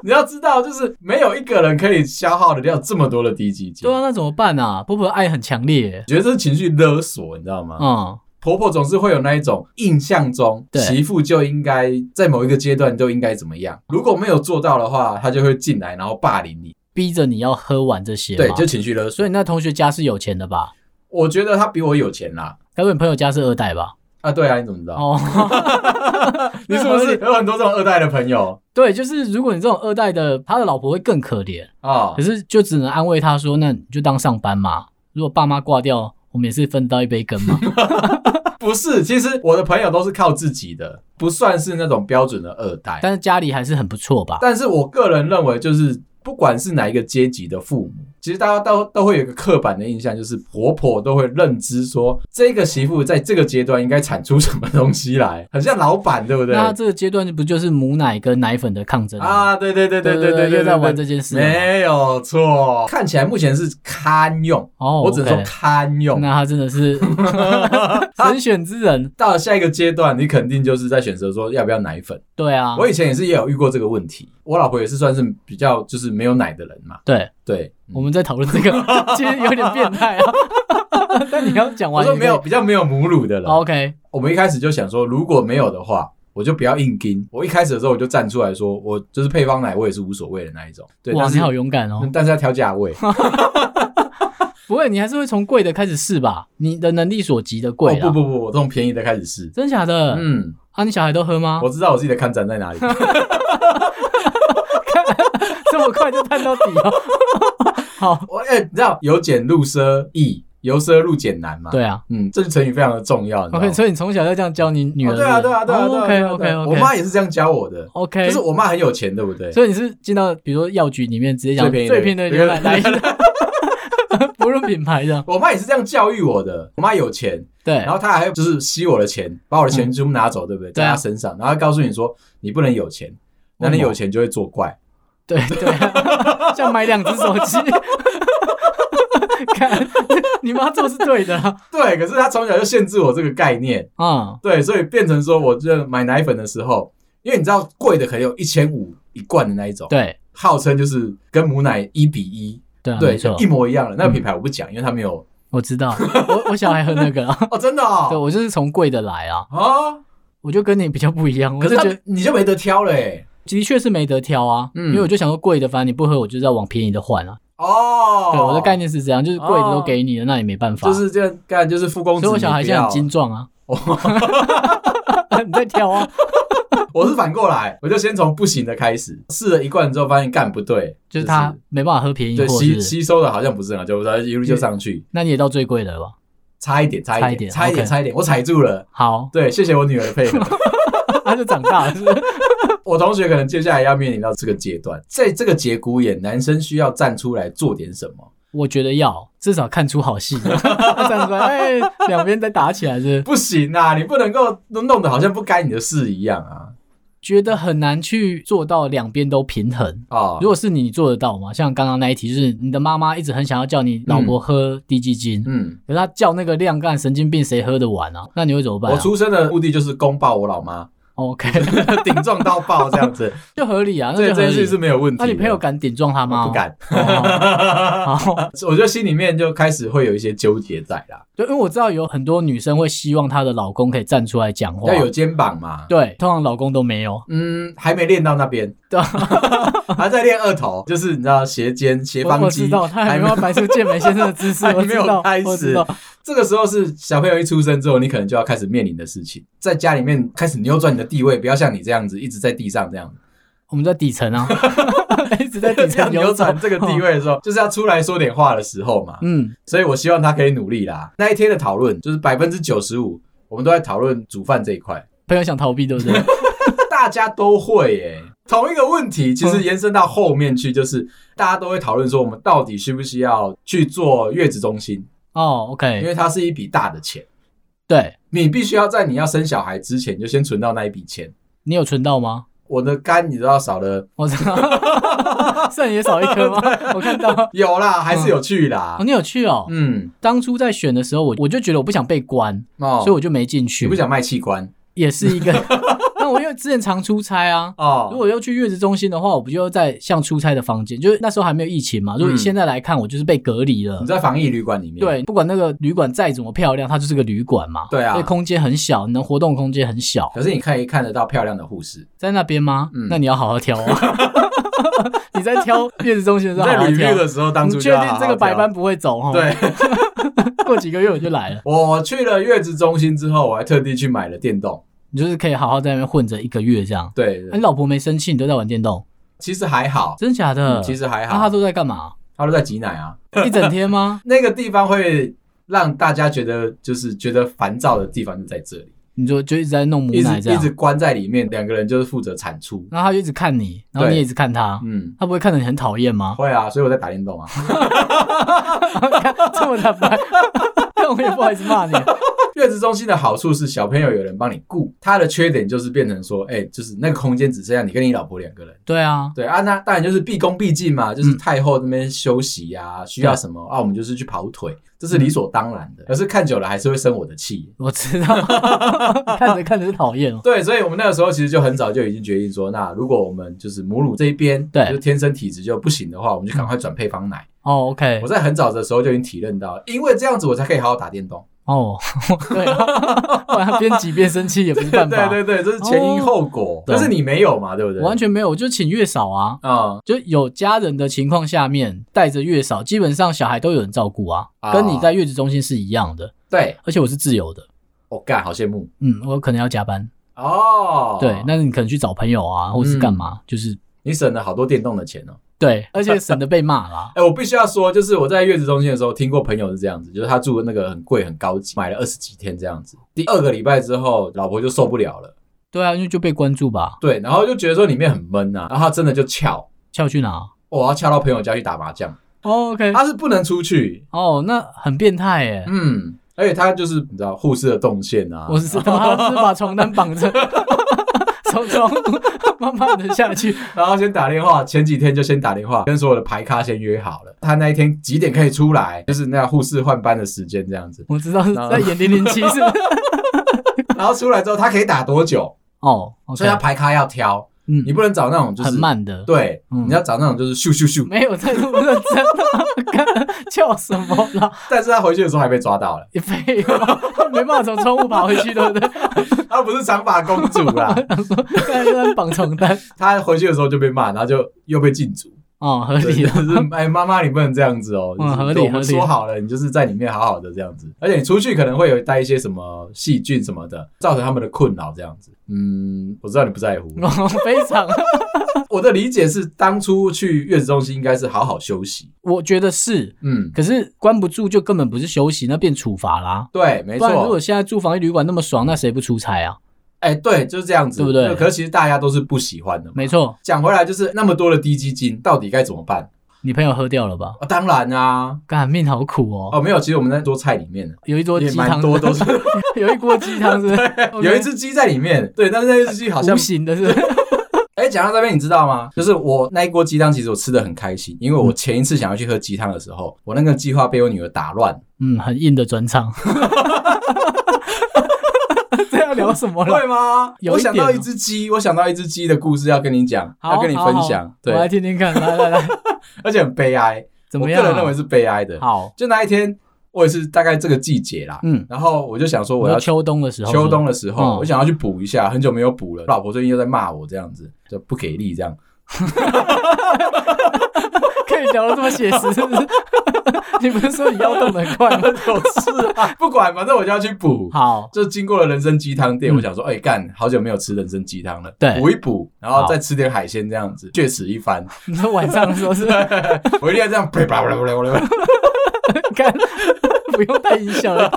Speaker 1: 你要知道，就是没有一个人可以消耗得掉这么多的低基金
Speaker 2: 对。啊，那怎么办啊？婆婆的爱很强烈耶，
Speaker 1: 觉得这是情绪勒索，你知道吗？
Speaker 2: 嗯，
Speaker 1: 婆婆总是会有那一种印象中，
Speaker 2: 对
Speaker 1: 媳妇就应该在某一个阶段就应该怎么样，如果没有做到的话，她就会进来然后霸凌你。
Speaker 2: 逼着你要喝完这些嘛。
Speaker 1: 对，就情绪勒索。
Speaker 2: 所以那同学家是有钱的吧？
Speaker 1: 我觉得她比我有钱啦。
Speaker 2: 该不会你朋友家是二
Speaker 1: *laughs*
Speaker 2: 代吧？
Speaker 1: 啊，对啊，你怎么知道？
Speaker 2: 哦，
Speaker 1: *laughs* 你是不是有很多这种二代的朋友
Speaker 2: 对，就是如果你这种二代的，他的老婆会更可怜， *laughs*
Speaker 1: 啊
Speaker 2: 可？是就只能安慰
Speaker 1: *laughs*
Speaker 2: 他说，那你就当上班嘛。如果爸妈挂掉，我们也是分到一杯羹嘛。
Speaker 1: 不是，其实我的朋友都是靠自己的，不算是那种标准的二代。
Speaker 2: 但是家里还是很不错吧？
Speaker 1: 但是我个人认为，就是不管是哪一个阶级的父母，其实大家都都会有一个刻板的印象，就是婆婆都会认知说，这个媳妇在这个阶段应该产出什么东西来，很像老板，对不对？
Speaker 2: 那这个阶段不就是母奶跟奶粉的抗争吗？
Speaker 1: 啊，对对对对对对对，
Speaker 2: 又在玩
Speaker 1: 对
Speaker 2: 这件事吗。
Speaker 1: 没有错。看起来目前是堪用，
Speaker 2: 哦，
Speaker 1: 我只能
Speaker 2: OK
Speaker 1: 说堪用。
Speaker 2: 那他真的是神选之人。
Speaker 1: 到了下一个阶段，你肯定就是在选择说要不要奶粉。
Speaker 2: 对啊，
Speaker 1: 我以前也是也有遇过这个问题，我老婆也是算是比较就是没有奶的人嘛。
Speaker 2: 对，
Speaker 1: 对，嗯
Speaker 2: 我们在讨论这个，其实有点变态啊。但你要讲
Speaker 1: 我
Speaker 2: 完，
Speaker 1: 说没有，比较没有母乳的人。
Speaker 2: 哦，OK，
Speaker 1: 我们一开始就想说，如果没有的话，我就不要硬盯。我一开始的时候我就站出来说，我就是配方奶，我也是无所谓的那一种。对，
Speaker 2: 哇，
Speaker 1: 但
Speaker 2: 你
Speaker 1: 是嗯
Speaker 2: 好勇敢哦。
Speaker 1: 但是要挑价位，
Speaker 2: 不会，你还是会从贵的开始试吧？你的能力所及的 *laughs* 贵啦。
Speaker 1: 哦、不不不，我从便宜的开始试。
Speaker 2: 真假的？
Speaker 1: 嗯，
Speaker 2: 啊，你小孩都喝吗
Speaker 1: 我？知道我自己的看展在
Speaker 2: *laughs*
Speaker 1: 哪里。
Speaker 2: 这么快就探到底哦。好，
Speaker 1: 我哎、你知道由俭入奢易，由奢入俭难嘛？，
Speaker 2: 对啊。
Speaker 1: 嗯，这句成语非常的重要。你知道吗
Speaker 2: OK，所以你从小就这样教你女儿
Speaker 1: 哦对啊对啊对啊对啊对啊
Speaker 2: OK
Speaker 1: 对
Speaker 2: OK
Speaker 1: 啊
Speaker 2: OK。
Speaker 1: 我妈也是这样教我的。
Speaker 2: OK，
Speaker 1: 就是我妈很有钱，对不对？
Speaker 2: 所以你是进到比如说药局里面直接讲
Speaker 1: 最便宜的
Speaker 2: 最便宜的牛奶来一个， *laughs* 不论品牌的，
Speaker 1: 我妈也是这样教育我的。我妈有钱，
Speaker 2: 对
Speaker 1: 然，后她还就是吸我的钱，把我的钱全部拿走，对不对？
Speaker 2: 哎嗯对
Speaker 1: 在
Speaker 2: 啊
Speaker 1: 她身上，然后她告诉你说，你不能有钱，那
Speaker 2: 为
Speaker 1: 你
Speaker 2: 什么
Speaker 1: 有钱就会作怪。
Speaker 2: 对
Speaker 1: *laughs*
Speaker 2: 对，像买两只手机。看，你妈做是对的啦
Speaker 1: 对，可是她从小就限制我这个概念，
Speaker 2: 啊、
Speaker 1: 对，所以变成说，我就买奶粉的时候，因为你知道贵的可能有一千五一罐的那一种，，
Speaker 2: 对
Speaker 1: 号称就是跟母奶一比一，
Speaker 2: 对啊，
Speaker 1: 对，
Speaker 2: 没错嗯
Speaker 1: 就一，模一样的。那个品牌我不讲，因为它没有
Speaker 2: 我知道，我我小孩喝
Speaker 1: *laughs*
Speaker 2: 那个啦，
Speaker 1: 哦，真的
Speaker 2: 对
Speaker 1: 哦，
Speaker 2: 我就是从贵的来啊，
Speaker 1: 啊，
Speaker 2: 我就跟你比较不一样，我
Speaker 1: 可
Speaker 2: 就是觉得
Speaker 1: 它你就没得挑了欸，
Speaker 2: 的确是没得挑啊，
Speaker 1: 嗯
Speaker 2: 因为我就想说贵的，反正你不喝，我就是要往便宜的换啊。
Speaker 1: 哦，
Speaker 2: 对，我的概念是这样，就是贵的都给你了，那也没办法。
Speaker 1: 就是这样干，就是富公子，
Speaker 2: 所以我小孩
Speaker 1: 你
Speaker 2: 现
Speaker 1: 不
Speaker 2: 在
Speaker 1: 要
Speaker 2: 很精
Speaker 1: *laughs*
Speaker 2: 壮啊。你在挑啊？
Speaker 1: 我是反过来，我就先从不行的开始，试了一罐之后发现干不对，
Speaker 2: 就是他没办法喝便宜
Speaker 1: 对
Speaker 2: 货，是
Speaker 1: 吸
Speaker 2: 不是？
Speaker 1: 吸收的好像不是很好，就一路就上去，
Speaker 2: 那你也到最贵的了吧？
Speaker 1: 差一点，差一点，
Speaker 2: 差
Speaker 1: 差
Speaker 2: 一
Speaker 1: 一点，
Speaker 2: 点 OK
Speaker 1: 差一点，我踩住了。，
Speaker 2: 好 *laughs*
Speaker 1: 对，谢谢我女儿的配合。
Speaker 2: 他就长大了，是不是？
Speaker 1: 我同学可能接下来要面临到这个阶段，在这个节骨眼，男生需要站出来做点什么。
Speaker 2: 我觉得要至少看出好戏， *laughs* 站出来，哎，两边在打起来是不是
Speaker 1: 不行啊，你不能够弄得好像不干你的事一样啊！
Speaker 2: 觉得很难去做到两边都平衡。
Speaker 1: 哦，
Speaker 2: 如果是你，你做得到吗？像刚刚那一题，就是你的妈妈一直很想要叫你老婆喝低基精，
Speaker 1: 嗯，
Speaker 2: 可是她叫那个量干神经病，谁喝得完啊？那你会怎么办、
Speaker 1: 我
Speaker 2: 啊、哦
Speaker 1: 出生的目的就是公报我老妈， *laughs*
Speaker 2: ？OK，
Speaker 1: 顶撞到爆这样子，
Speaker 2: 就合理 *laughs* 啊，那
Speaker 1: 这这
Speaker 2: 就合
Speaker 1: 件事
Speaker 2: 理。
Speaker 1: 是没有问题
Speaker 2: 那
Speaker 1: 的。
Speaker 2: 你朋友敢顶撞他
Speaker 1: 我
Speaker 2: 吗？
Speaker 1: 不敢。
Speaker 2: 哦。好，
Speaker 1: 我觉得心里面就开始会有一些纠结在啦，
Speaker 2: 对，因为我知道有很多女生会希望她的老公可以站出来讲话
Speaker 1: 要，有肩膀嘛。
Speaker 2: 对，通常老公都没有。
Speaker 1: 嗯，还没练到那边，
Speaker 2: 对，
Speaker 1: *laughs* 还在练二头，就是你知道斜肩、斜
Speaker 2: 我
Speaker 1: 方
Speaker 2: 我
Speaker 1: 肌，
Speaker 2: 知道，他还没有摆出健美先生的
Speaker 1: *laughs*
Speaker 2: 姿势，
Speaker 1: 还
Speaker 2: 我
Speaker 1: 没
Speaker 2: 知
Speaker 1: 有
Speaker 2: 道
Speaker 1: 开，
Speaker 2: 我
Speaker 1: 始
Speaker 2: 知道。
Speaker 1: 这个时候是小朋友一出生之后，你可能就要开始面临的事情，在家里面开始扭转你的地位，不要像你这样子一直在地上这样，
Speaker 2: 我们在底层啊， *laughs* 一直在底
Speaker 1: 要
Speaker 2: 层
Speaker 1: 扭
Speaker 2: 游
Speaker 1: *laughs*
Speaker 2: 走
Speaker 1: 转这个地。
Speaker 2: 哦
Speaker 1: 位的时候，就是要出来说点话的时候嘛。
Speaker 2: 嗯，
Speaker 1: 所以我希望他可以努力啦。那一天的讨论就是百分之九十五，我们都在讨论煮饭这一块，
Speaker 2: 朋友想逃避，对不对？
Speaker 1: 大家都会耶、同一个问题，其
Speaker 2: 嗯
Speaker 1: 实延伸到后面去，就是大家都会讨论说，我们到底需不需要去做月子中心？
Speaker 2: 哦
Speaker 1: 因
Speaker 2: ，OK，
Speaker 1: 为它是一笔大的钱，
Speaker 2: 对
Speaker 1: 你必须要在你要生小孩之前就先存到那一笔钱。
Speaker 2: 你有存到吗？
Speaker 1: 我的肝你知道少了，
Speaker 2: 我知道，肾也少一颗
Speaker 1: *laughs*
Speaker 2: 吗？我看到。哦
Speaker 1: 有
Speaker 2: 嗯
Speaker 1: 啦，还是有去啦
Speaker 2: 哦，。你有去哦。
Speaker 1: 嗯，
Speaker 2: 当初在选的时候，我我就觉得我不想被关，
Speaker 1: 哦
Speaker 2: 所以，我就没进去。
Speaker 1: 你不想卖器官
Speaker 2: 也是一个。 *laughs* 那我因为之前常出差啊，如
Speaker 1: 哦？
Speaker 2: 果要去月子中心的话，我不就在像出差的房间，就是那时候还没有疫情嘛。如果
Speaker 1: 嗯
Speaker 2: 以现在来看，我就是被隔离了
Speaker 1: 你。在防疫旅馆里面，，
Speaker 2: 对，不管那个旅馆再怎么漂亮，它就是个旅馆嘛。
Speaker 1: 对啊
Speaker 2: 所以空间很小，你能活动空间很小，
Speaker 1: 可是你可以看得到漂亮的护士。
Speaker 2: 在那边吗？
Speaker 1: 嗯
Speaker 2: 那你要好好挑
Speaker 1: *laughs*
Speaker 2: 哦。你在挑月子中心的时
Speaker 1: 你
Speaker 2: 候
Speaker 1: 在
Speaker 2: 好好
Speaker 1: review
Speaker 2: 挑，啊
Speaker 1: 的时候，当初就
Speaker 2: 你确
Speaker 1: 要
Speaker 2: 定
Speaker 1: 好好
Speaker 2: 这个
Speaker 1: 挑
Speaker 2: 白班不会走哦？，
Speaker 1: 对。 *laughs*
Speaker 2: 过几个月我就来了，
Speaker 1: 我去了月子中心之后，我还特地去买了电动。
Speaker 2: 你就是可以好好在那边混着一个月这样。
Speaker 1: 对，
Speaker 2: 那你老婆没生气，你都在玩电动，
Speaker 1: 其实还好，
Speaker 2: 真假的？
Speaker 1: 嗯其实还
Speaker 2: 嗯那
Speaker 1: 好。
Speaker 2: 她都在干嘛？
Speaker 1: 他都在挤奶啊，
Speaker 2: 一整天吗？
Speaker 1: 那个地方会让大家觉得就是觉得烦躁的地方就在这里，
Speaker 2: 你就就一直在弄母
Speaker 1: 一
Speaker 2: 奶这
Speaker 1: 直一
Speaker 2: 样，
Speaker 1: 直关在里面，两个人就是负责产出。
Speaker 2: 然后他就一直看你，然后
Speaker 1: 对
Speaker 2: 你也一直看他，
Speaker 1: 嗯，
Speaker 2: 他不会看得你很讨
Speaker 1: *laughs*
Speaker 2: 厌吗？
Speaker 1: 会啊，所以我在打电动啊。 *laughs*
Speaker 2: 看这么坦白， *laughs* 那我也不好意思骂你。
Speaker 1: 月子中心的好处是小朋友有人帮你顾，它的缺点就是变成说，哎、就是那个空间只剩下你跟你老婆两个人。
Speaker 2: 对啊，
Speaker 1: 对啊，那当然就是毕恭毕敬嘛，就是
Speaker 2: 嗯
Speaker 1: 太后那边休息呀、需要什么啊，我们就是去跑腿，这是理所当然
Speaker 2: 嗯
Speaker 1: 的。可是看久了还是会生我的气。啊
Speaker 2: 我知道， *laughs* 看着看着就讨厌哦了。
Speaker 1: *laughs* 对，所以我们那个时候其实就很早就已经决定说，那如果我们就是母乳这一边，
Speaker 2: 对
Speaker 1: 就是天生体质就不行的话，我们就赶快转配方
Speaker 2: *laughs*
Speaker 1: 奶。
Speaker 2: 哦，OK，
Speaker 1: 我在很早的时候就已经体认到，因为这样子我才可以好好打电动。
Speaker 2: 哦，对啊，不然他边挤边生气 *laughs* 也不是
Speaker 1: 对
Speaker 2: 办法。
Speaker 1: 对对，这是前因后果，但是你没有嘛，对不对？
Speaker 2: 我完全没有，我就请月嫂啊，
Speaker 1: 啊、
Speaker 2: 就有家人的情况下面带着月嫂，基本上小孩都有人照顾啊，
Speaker 1: 啊
Speaker 2: 跟你在月子中心是一样的，
Speaker 1: 对，
Speaker 2: 而且我是自由的。
Speaker 1: 我、干，好羡慕
Speaker 2: 嗯，我可能要加班，
Speaker 1: 哦。
Speaker 2: 对，那你可能去找朋友啊，或是干嘛，
Speaker 1: 嗯
Speaker 2: 就是
Speaker 1: 你省了好多电动的钱哦。。
Speaker 2: 对，而且省得被骂啦
Speaker 1: 哎、我必须要说，就是我在月子中心的时候，听过朋友是这样子，就是他住那个很贵很高级，买了二十几天这样子。第二个礼拜之后，老婆就受不了了，
Speaker 2: *laughs* 对啊，因为就被关注吧，
Speaker 1: 对，然后就觉得说里面很闷啊，然后他真的就翘，
Speaker 2: 翘去哪？
Speaker 1: 我要翘到朋友家去打麻将，
Speaker 2: 哦，OK，
Speaker 1: 他是不能出去，
Speaker 2: 哦，那很变态耶。
Speaker 1: 嗯，而且他就是你知道护士的动线啊，
Speaker 2: 我是知道，哦他是把床单绑着， *laughs* 从床慢慢的下去。
Speaker 1: 然后先打电话，前几天就先打电话跟所有的排咖先约好了，他那一天几点可以出来，就是那护士换班的时间这样子，
Speaker 2: 我知道是在演零零七是 *laughs* 不是
Speaker 1: 然后出来之后他可以打多久，
Speaker 2: 哦，OK，
Speaker 1: 所以他排咖要挑，
Speaker 2: 嗯
Speaker 1: 你不能找那种就是
Speaker 2: 很慢的，
Speaker 1: 对，
Speaker 2: 嗯
Speaker 1: 你要找那种就是咻咻咻，
Speaker 2: 没有在那么认真啊，干叫什么啦？
Speaker 1: 但是他回去的时候还被抓到了，
Speaker 2: 你废话，没办法从窗户爬回去，对不对？
Speaker 1: 他不是长发公主
Speaker 2: *laughs*
Speaker 1: 啦，
Speaker 2: 想说刚才在绑床单，
Speaker 1: 他回去的时候就被骂，然后就又被禁足。
Speaker 2: 哦，合
Speaker 1: 对
Speaker 2: 理
Speaker 1: 就
Speaker 2: 的，
Speaker 1: 是哎，妈妈，你不能这样子哦。
Speaker 2: 嗯
Speaker 1: 就是
Speaker 2: 合理
Speaker 1: 对我们
Speaker 2: 合理
Speaker 1: 说好了，你就是在里面好好的这样子，而且你出去可能会有带一些什么细菌什么的，造成他们的困扰这样子。嗯，我知道你不在乎。
Speaker 2: 哦，非常，
Speaker 1: 我的理解是，当初去月子中心应该是好好休息。
Speaker 2: 我觉得是，
Speaker 1: 嗯，
Speaker 2: 可是关不住就根本不是休息，那变处罚啦。
Speaker 1: 对，没
Speaker 2: 不然如
Speaker 1: 错
Speaker 2: 果。现在住防疫旅馆那么爽，那谁不出差啊？
Speaker 1: 哎，对，就是这样子，
Speaker 2: 对不对
Speaker 1: 可是其实大家都是不喜欢的嘛。
Speaker 2: 没错，
Speaker 1: 讲回来，就是那么多的低基金，到底该怎么办？
Speaker 2: 你朋友喝掉了吧？
Speaker 1: 啊，当然啊，
Speaker 2: 干命好苦哦，
Speaker 1: 哦，没有，其实我们那桌菜里面
Speaker 2: 有一桌
Speaker 1: 也
Speaker 2: 鸡
Speaker 1: 蛮
Speaker 2: 汤，
Speaker 1: 多都是
Speaker 2: 有一锅鸡汤
Speaker 1: *laughs*
Speaker 2: 是不是 *laughs* OK
Speaker 1: 有一只鸡在里面，对，但是那只鸡好像
Speaker 2: 无形的是不是
Speaker 1: 哎，讲到这边，你知道吗？就是我那一锅鸡汤，其实我吃的很开心，因为
Speaker 2: 嗯
Speaker 1: 我前一次想要去喝鸡汤的时候，我那个计划被我女儿打乱。
Speaker 2: 嗯，很硬的转场。 *laughs* 这要聊什么了？
Speaker 1: 会吗？
Speaker 2: 有
Speaker 1: 我
Speaker 2: 一点
Speaker 1: 想
Speaker 2: 哦
Speaker 1: 到一只鸡，我想到一只鸡的故事要跟你讲，
Speaker 2: 好
Speaker 1: 要跟你分
Speaker 2: 好
Speaker 1: 享
Speaker 2: 好。我来
Speaker 1: 对，
Speaker 2: 听听看。来来来，
Speaker 1: 而且很悲哀，
Speaker 2: 怎
Speaker 1: 我
Speaker 2: 么
Speaker 1: 个
Speaker 2: 样啊？
Speaker 1: 人认为是悲哀的。
Speaker 2: 好，
Speaker 1: 就那一天，我也是大概这个季节啦，
Speaker 2: 嗯，
Speaker 1: 然后我就想说
Speaker 2: 我
Speaker 1: 我
Speaker 2: 说
Speaker 1: 要
Speaker 2: 秋冬的时候，
Speaker 1: 秋冬的时候，
Speaker 2: 嗯
Speaker 1: 我想要去补一下，很久没有补了。老婆最近又在骂我，这样子就不给力，
Speaker 2: *laughs*
Speaker 1: 这样。
Speaker 2: 可以聊得这么写实，是不是？ *laughs* 你不是说你腰动得很快
Speaker 1: *laughs*
Speaker 2: 吗？
Speaker 1: 是啊， *laughs* 不管，反正我就要去补。
Speaker 2: 好，
Speaker 1: 就经过了人参鸡汤店，
Speaker 2: 嗯
Speaker 1: 我想说，哎、干，好久没有吃人参鸡汤了，
Speaker 2: 对
Speaker 1: 补一补，然后
Speaker 2: 好
Speaker 1: 再吃点海鲜，这样子血耻一番。
Speaker 2: *laughs* 你说晚上的时候是不是
Speaker 1: 我一定要这样， *laughs* 啪啪啪啪啪啪
Speaker 2: *laughs* 看，不用带音响了。